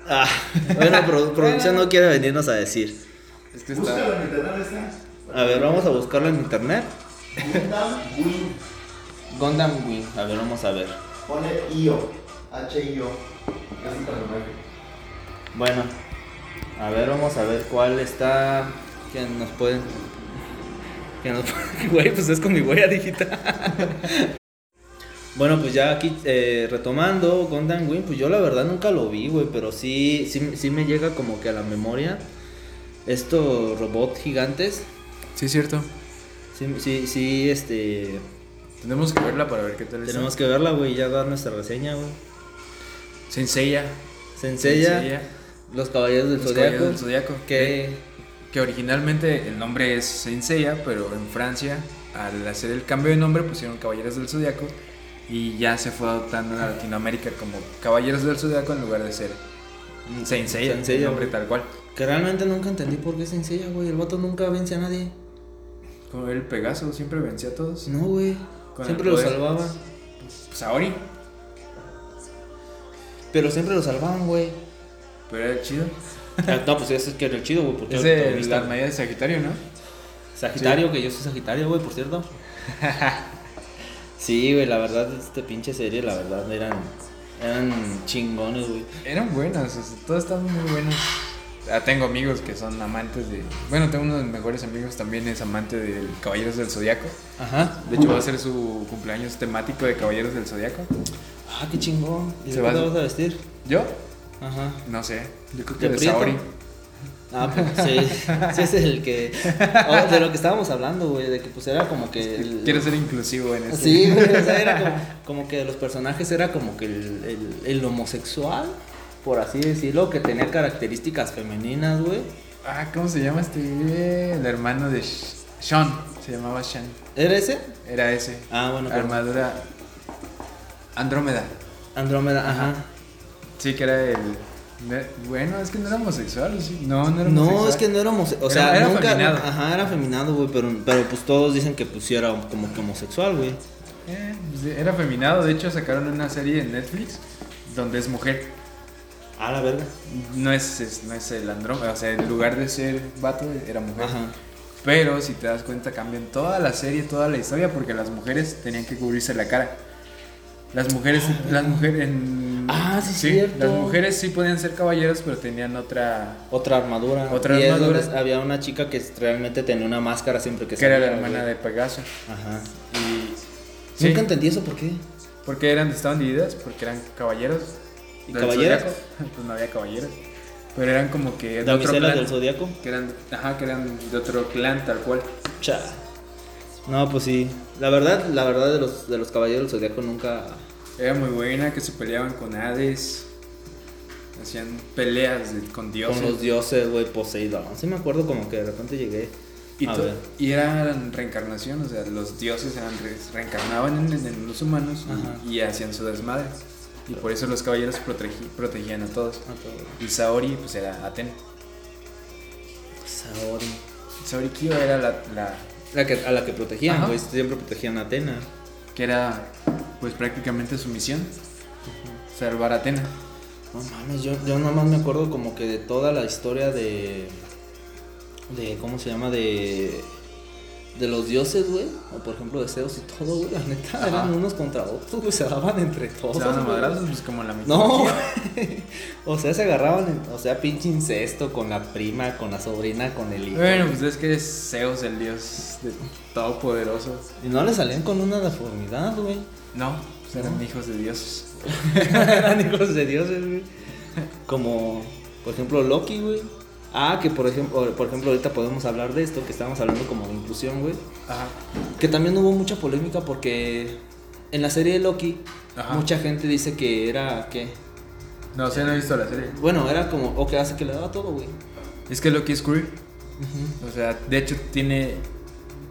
[SPEAKER 1] Ah, bueno, produ- producción no quiere venirnos a decir.
[SPEAKER 2] Es que
[SPEAKER 3] Búscalo
[SPEAKER 2] estaba.
[SPEAKER 3] en internet, ¿está?
[SPEAKER 1] A ver, vamos a buscarlo en internet.
[SPEAKER 3] Gundam Wing.
[SPEAKER 1] Gundam Wing. A ver, vamos a ver.
[SPEAKER 3] Pone Io. H-I-O. Es un personaje.
[SPEAKER 1] Bueno, a ver, vamos a ver cuál está... Que nos pueden... Que nos... Güey, pues es con mi huella digital. Bueno, pues ya aquí eh, retomando Gundam Wing, pues yo la verdad nunca lo vi, güey, pero sí, sí, sí me llega como que a la memoria estos robots gigantes.
[SPEAKER 2] Sí, es cierto.
[SPEAKER 1] Sí, sí, sí, este...
[SPEAKER 2] Tenemos que verla para ver qué tal está.
[SPEAKER 1] Tenemos que verla, güey, y ya dar nuestra reseña, güey.
[SPEAKER 2] Senseiya.
[SPEAKER 1] Sencilla,
[SPEAKER 2] Senseiya,
[SPEAKER 1] Los Caballeros del
[SPEAKER 2] Los Caballeros del
[SPEAKER 1] Zodiaco.
[SPEAKER 2] Zodíaco.
[SPEAKER 1] Que...
[SPEAKER 2] Que originalmente el nombre es Senseiya, pero en Francia, al hacer el cambio de nombre, pusieron Caballeros del Zodiaco. Y ya se fue adoptando en Latinoamérica como Caballeros del Zodiaco en lugar de ser Senseiya,
[SPEAKER 1] Saint Seiya,
[SPEAKER 2] el nombre
[SPEAKER 1] güey.
[SPEAKER 2] tal cual.
[SPEAKER 1] Que realmente nunca entendí por qué sencilla, güey. El vato nunca vence a nadie.
[SPEAKER 2] Como el Pegaso siempre vencía a todos.
[SPEAKER 1] No, güey.
[SPEAKER 2] Con
[SPEAKER 1] Siempre
[SPEAKER 2] el
[SPEAKER 1] lo
[SPEAKER 2] poder.
[SPEAKER 1] salvaba.
[SPEAKER 2] Pues Saori,
[SPEAKER 1] Pero siempre lo salvaban, güey.
[SPEAKER 2] pero era chido.
[SPEAKER 1] Ah, no, pues ese es que era el chido, güey. Porque
[SPEAKER 2] Es
[SPEAKER 1] era el
[SPEAKER 2] el,
[SPEAKER 1] protagonista.
[SPEAKER 2] la medida de Sagitario, ¿no?
[SPEAKER 1] Sagitario, que yo soy Sagitario, güey, por cierto. sí, güey, la verdad, este pinche serie, la verdad, eran, eran chingones, güey.
[SPEAKER 2] Eran buenas, o sea, todas estaban muy buenas. Ah, tengo amigos que son amantes de. Bueno, tengo uno de mis mejores amigos también es amante de Caballeros del Zodiaco.
[SPEAKER 1] Ajá.
[SPEAKER 2] De hecho, va a ser su cumpleaños temático de Caballeros del Zodiaco.
[SPEAKER 1] Ah, qué chingón. ¿Y de
[SPEAKER 2] Se
[SPEAKER 1] qué
[SPEAKER 2] va-
[SPEAKER 1] te vas a vestir?
[SPEAKER 2] ¿Yo?
[SPEAKER 1] Ajá.
[SPEAKER 2] No sé. Yo creo
[SPEAKER 1] ¿De
[SPEAKER 2] que de
[SPEAKER 1] prieto?
[SPEAKER 2] Saori.
[SPEAKER 1] Ah, pues sí, sí es el que... oh, de lo que estábamos hablando, güey, de que pues era como que... el-
[SPEAKER 2] Quiero ser inclusivo en este eso.
[SPEAKER 1] Sí, güey, o sea, era como, como que de los personajes era como que el, el- el homosexual, por así decirlo, que tenía características femeninas, güey.
[SPEAKER 2] Ah, ¿cómo se llama este? güey? El hermano de Sh- Sean. Se llamaba Sean.
[SPEAKER 1] ¿Era ese?
[SPEAKER 2] Era ese.
[SPEAKER 1] Ah, bueno, pero-
[SPEAKER 2] Armadura. Andrómeda.
[SPEAKER 1] Andrómeda, ajá.
[SPEAKER 2] Sí, que era el. no- Bueno, es que no era homosexual, ¿o ¿sí? No, no era homosexual.
[SPEAKER 1] No, es que no era homosexual. O sea,
[SPEAKER 2] Era- era
[SPEAKER 1] nunca.
[SPEAKER 2] afeminado.
[SPEAKER 1] Ajá, era feminado, güey. Pero, pero pues todos dicen que pues sí era como que homosexual, güey.
[SPEAKER 2] Eh, pues, era feminado. De hecho, sacaron una serie en Netflix donde es mujer.
[SPEAKER 1] A la verga.
[SPEAKER 2] No es, es- no es el andrómeda. O sea, en lugar de ser vato, era mujer.
[SPEAKER 1] Ajá.
[SPEAKER 2] Pero si te das cuenta, cambian toda la serie, toda la historia, porque las mujeres tenían que cubrirse la cara. Las mujeres, las mujeres en-
[SPEAKER 1] Ah, sí, cierto.
[SPEAKER 2] Las mujeres sí podían ser caballeros, pero tenían otra.
[SPEAKER 1] Otra armadura.
[SPEAKER 2] Otra
[SPEAKER 1] Y es
[SPEAKER 2] armadura.
[SPEAKER 1] donde había una chica que realmente tenía una máscara siempre que
[SPEAKER 2] Que era la
[SPEAKER 1] salía,
[SPEAKER 2] hermana de Pegaso.
[SPEAKER 1] güey. Ajá.
[SPEAKER 2] Y.
[SPEAKER 1] Nunca entendí eso, ¿por qué?
[SPEAKER 2] ¿Por qué eran, estaban divididas? Porque eran caballeros.
[SPEAKER 1] ¿Y
[SPEAKER 2] del
[SPEAKER 1] caballeras?
[SPEAKER 2] zodiaco. Pues no había caballeros. Pero eran como que de otro
[SPEAKER 1] Damiselas
[SPEAKER 2] clan.
[SPEAKER 1] del zodiaco.
[SPEAKER 2] Que eran, ajá, que eran de otro clan, tal cual.
[SPEAKER 1] Cha. No, pues sí. La verdad, la verdad de los, de los caballeros del zodiaco nunca.
[SPEAKER 2] Era muy buena, que se peleaban con Hades. Hacían peleas de- con dioses.
[SPEAKER 1] Con los dioses, güey, Poseidón. Sí me acuerdo como que de repente llegué.
[SPEAKER 2] y,
[SPEAKER 1] a
[SPEAKER 2] to-
[SPEAKER 1] ver.
[SPEAKER 2] y eran reencarnación, o sea, los dioses eran re- reencarnaban en, en los humanos
[SPEAKER 1] Ajá.
[SPEAKER 2] y, y hacían su desmadre. Y por eso los caballeros protegi- protegían a todos.
[SPEAKER 1] Ah, todo.
[SPEAKER 2] Y Saori, pues era Atena.
[SPEAKER 1] Saori.
[SPEAKER 2] Saori Kyo era la, la-
[SPEAKER 1] La que, a la que protegían,
[SPEAKER 2] Ajá.
[SPEAKER 1] güey. Siempre protegían a Atena.
[SPEAKER 2] que era pues prácticamente su misión, salvar a Atena.
[SPEAKER 1] No mames, yo, yo nomás me acuerdo como que de toda la historia de. de ¿Cómo se llama? De. De los dioses, güey. O por ejemplo de Zeus y todo, güey. La neta,
[SPEAKER 2] Ajá.
[SPEAKER 1] eran unos contra otros, güey. Se daban entre todos.
[SPEAKER 2] Se daban a
[SPEAKER 1] güey.
[SPEAKER 2] madrazos, pues como en la
[SPEAKER 1] No,
[SPEAKER 2] mitología.
[SPEAKER 1] o sea, se agarraban, en- o sea, pinche incesto con la prima, con la sobrina, con el hijo.
[SPEAKER 2] Bueno, pues es que es Zeus, el dios de todopoderoso.
[SPEAKER 1] Y no le salían con una deformidad, güey.
[SPEAKER 2] No, pues eran hijos de dioses.
[SPEAKER 1] Eran hijos de dioses, güey. Como, por ejemplo, Loki, güey. Ah, que por ejemplo, por ejemplo, ahorita podemos hablar de esto, que estábamos hablando como de inclusión, güey.
[SPEAKER 2] Ajá.
[SPEAKER 1] Que también hubo mucha polémica porque en la serie de Loki,
[SPEAKER 2] Ajá.
[SPEAKER 1] mucha gente dice que era, ¿qué?
[SPEAKER 2] No sé, no he visto la serie.
[SPEAKER 1] Bueno, era como, o que hace que le daba todo, güey.
[SPEAKER 2] Es que Loki es queer. O sea, de hecho tiene...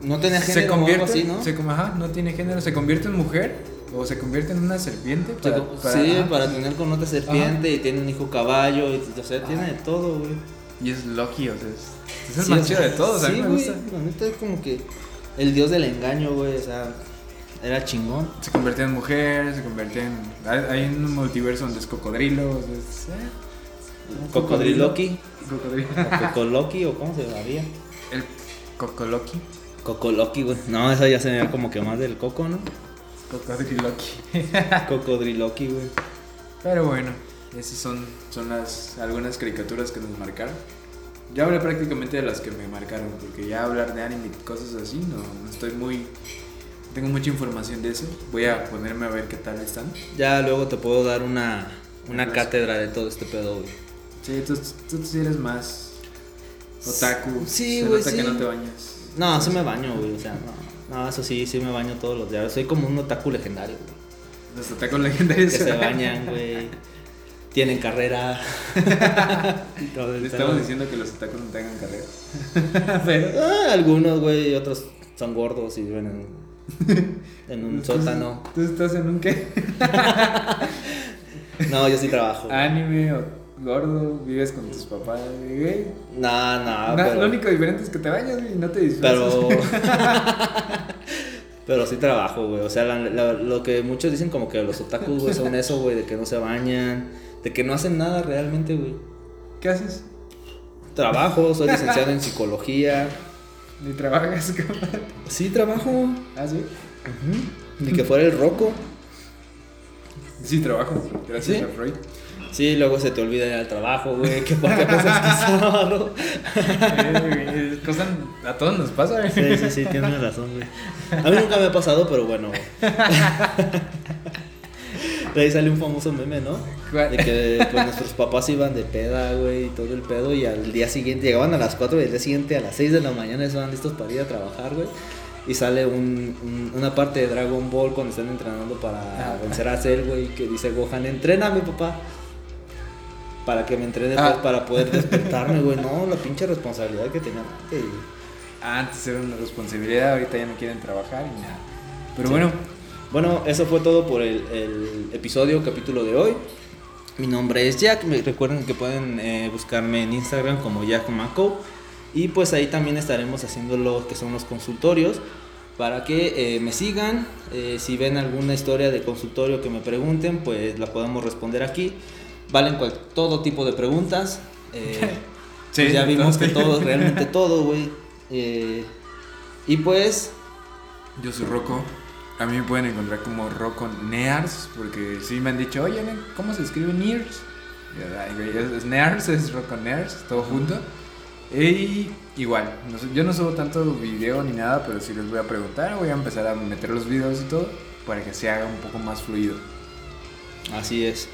[SPEAKER 1] No tenía gente
[SPEAKER 2] se convierte,
[SPEAKER 1] así, ¿no?
[SPEAKER 2] se com- ajá, no tiene género, se convierte en mujer o se convierte en una serpiente.
[SPEAKER 1] Sí,
[SPEAKER 2] para-
[SPEAKER 1] co- pues,
[SPEAKER 2] para-
[SPEAKER 1] sí,
[SPEAKER 2] ajá.
[SPEAKER 1] para tener con otra serpiente y tiene un hijo caballo, y, o sea, tiene de todo, güey.
[SPEAKER 2] Y es Loki, o sea, es, es el
[SPEAKER 1] Sí,
[SPEAKER 2] más
[SPEAKER 1] o
[SPEAKER 2] chido
[SPEAKER 1] sea,
[SPEAKER 2] de todos, a mí
[SPEAKER 1] sí,
[SPEAKER 2] me
[SPEAKER 1] güey,
[SPEAKER 2] gusta.
[SPEAKER 1] La neta es como que el dios del engaño, güey, o sea, era chingón.
[SPEAKER 2] Se convierte en mujer, se convierte en... Hay, hay un multiverso donde es cocodrilo, o sea, es- eh,
[SPEAKER 1] Cocodriloqui,
[SPEAKER 2] cocodrilo.
[SPEAKER 1] o Cocoloqui, o cómo se llamaría.
[SPEAKER 2] El cocoloqui.
[SPEAKER 1] Cocoloqui, güey. No, esa ya se me da como que más del coco, ¿no?
[SPEAKER 2] Cocodriloqui.
[SPEAKER 1] Cocodriloqui, güey.
[SPEAKER 2] Pero bueno, esas son, son las, algunas caricaturas que nos marcaron. Yo hablé prácticamente de las que me marcaron, porque ya hablar de anime y cosas así, no, no estoy muy, Tengo mucha información de eso. Voy a ponerme a ver qué tal están.
[SPEAKER 1] Ya luego te puedo dar una, una
[SPEAKER 2] Gracias.
[SPEAKER 1] cátedra de todo este pedo, güey.
[SPEAKER 2] Sí, tú, tú sí eres más otaku.
[SPEAKER 1] Sí,
[SPEAKER 2] Se
[SPEAKER 1] güey,
[SPEAKER 2] nota
[SPEAKER 1] sí.
[SPEAKER 2] que no te bañas.
[SPEAKER 1] No, sí me baño, güey. O sea, no. No, eso sí, sí me baño todos los días. Soy como un otaku legendario, güey.
[SPEAKER 2] Los otakus legendarios
[SPEAKER 1] Que se bañan, güey. Tienen carrera. Y todo el
[SPEAKER 2] Le estamos
[SPEAKER 1] pedo.
[SPEAKER 2] diciendo que los otakus no tengan carrera. Pero.
[SPEAKER 1] Ah, algunos, güey, y otros son gordos y viven en, en un sótano.
[SPEAKER 2] ¿Tú estás en un qué?
[SPEAKER 1] No, yo sí trabajo.
[SPEAKER 2] ah,
[SPEAKER 1] güey.
[SPEAKER 2] Anime o gordo, vives con tus papás, güey.
[SPEAKER 1] No, no,
[SPEAKER 2] Na- Lo
[SPEAKER 1] Ah, pero,
[SPEAKER 2] único diferente es que te bañas güey, y no te disfrazas.
[SPEAKER 1] pero... pero sí trabajo, güey. O sea, la- la- lo que muchos dicen como que los otakus, güey, son eso, güey, de que no se bañan, de que no hacen nada realmente, güey.
[SPEAKER 2] ¿Qué haces?
[SPEAKER 1] Trabajo, soy licenciado en psicología.
[SPEAKER 2] Ni trabajas, cabrón.
[SPEAKER 1] Sí, trabajo.
[SPEAKER 2] ¿Ah, sí?
[SPEAKER 1] Ni que fuera el roco.
[SPEAKER 2] Sí, trabajo. Gracias
[SPEAKER 1] ¿Sí?
[SPEAKER 2] a Freud.
[SPEAKER 1] Sí, luego se te olvida ir al trabajo, güey, que porque pasas pisado.
[SPEAKER 2] Eh, güey, cosas- a todos nos pasa, güey.
[SPEAKER 1] Sí, sí, sí, tienes razón, güey. A mí nunca me ha pasado, pero bueno. güey. De ahí sale un famoso meme, ¿no? De
[SPEAKER 2] ¿Cuál?
[SPEAKER 1] que pues, nuestros papás iban de peda, güey, y todo el pedo, y al día siguiente llegaban a las 4 y al día siguiente a las 6 de la mañana estaban listos para ir a trabajar, güey. Y sale un- un- una parte de Dragon Ball cuando están entrenando para
[SPEAKER 2] Ah.
[SPEAKER 1] vencer a Cell, güey, que dice Gohan, entrena mi papá. Para que me entrene,
[SPEAKER 2] Ah.
[SPEAKER 1] pues, para poder despertarme, güey. No, la pinche responsabilidad que tenía antes, güey.
[SPEAKER 2] Antes era una responsabilidad, ahorita ya no quieren trabajar y nada. Pero bueno,
[SPEAKER 1] Bueno, eso fue todo por el, el episodio, capítulo de hoy. Mi nombre es Jack. me- Recuerden que pueden eh, buscarme en Instagram como Jack Maco. Y pues ahí también estaremos haciendo lo que son los consultorios para que eh, me sigan. Eh, si ven alguna historia de consultorio que me pregunten, pues la podemos responder aquí. Valen cual- todo tipo de preguntas. eh,
[SPEAKER 2] Sí,
[SPEAKER 1] pues ya vimos que
[SPEAKER 2] entonces-
[SPEAKER 1] todo, realmente todo, güey. Eh, y pues
[SPEAKER 2] yo soy Rocco. A mí me pueden encontrar como Rocco Nears, porque sí me han dicho, oye, Nen, ¿cómo se escribe Nears? Y yo, "Ay, güey, Es es Nears, es Rocco Nears, todo junto. Y igual, no sé, yo no subo tanto video ni nada, pero sí les voy a preguntar, voy a empezar a meter los videos y todo, para que se haga un poco más fluido.
[SPEAKER 1] Así es.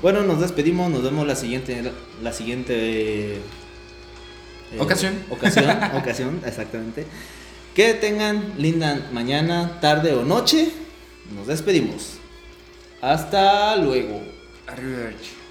[SPEAKER 1] Bueno, nos despedimos, nos vemos la siguiente, la siguiente eh, eh,
[SPEAKER 2] Ocasión.
[SPEAKER 1] Ocasión, ocasión, exactamente. Que tengan linda mañana, tarde o noche. Nos despedimos. Hasta luego.
[SPEAKER 2] Arriba, Archie.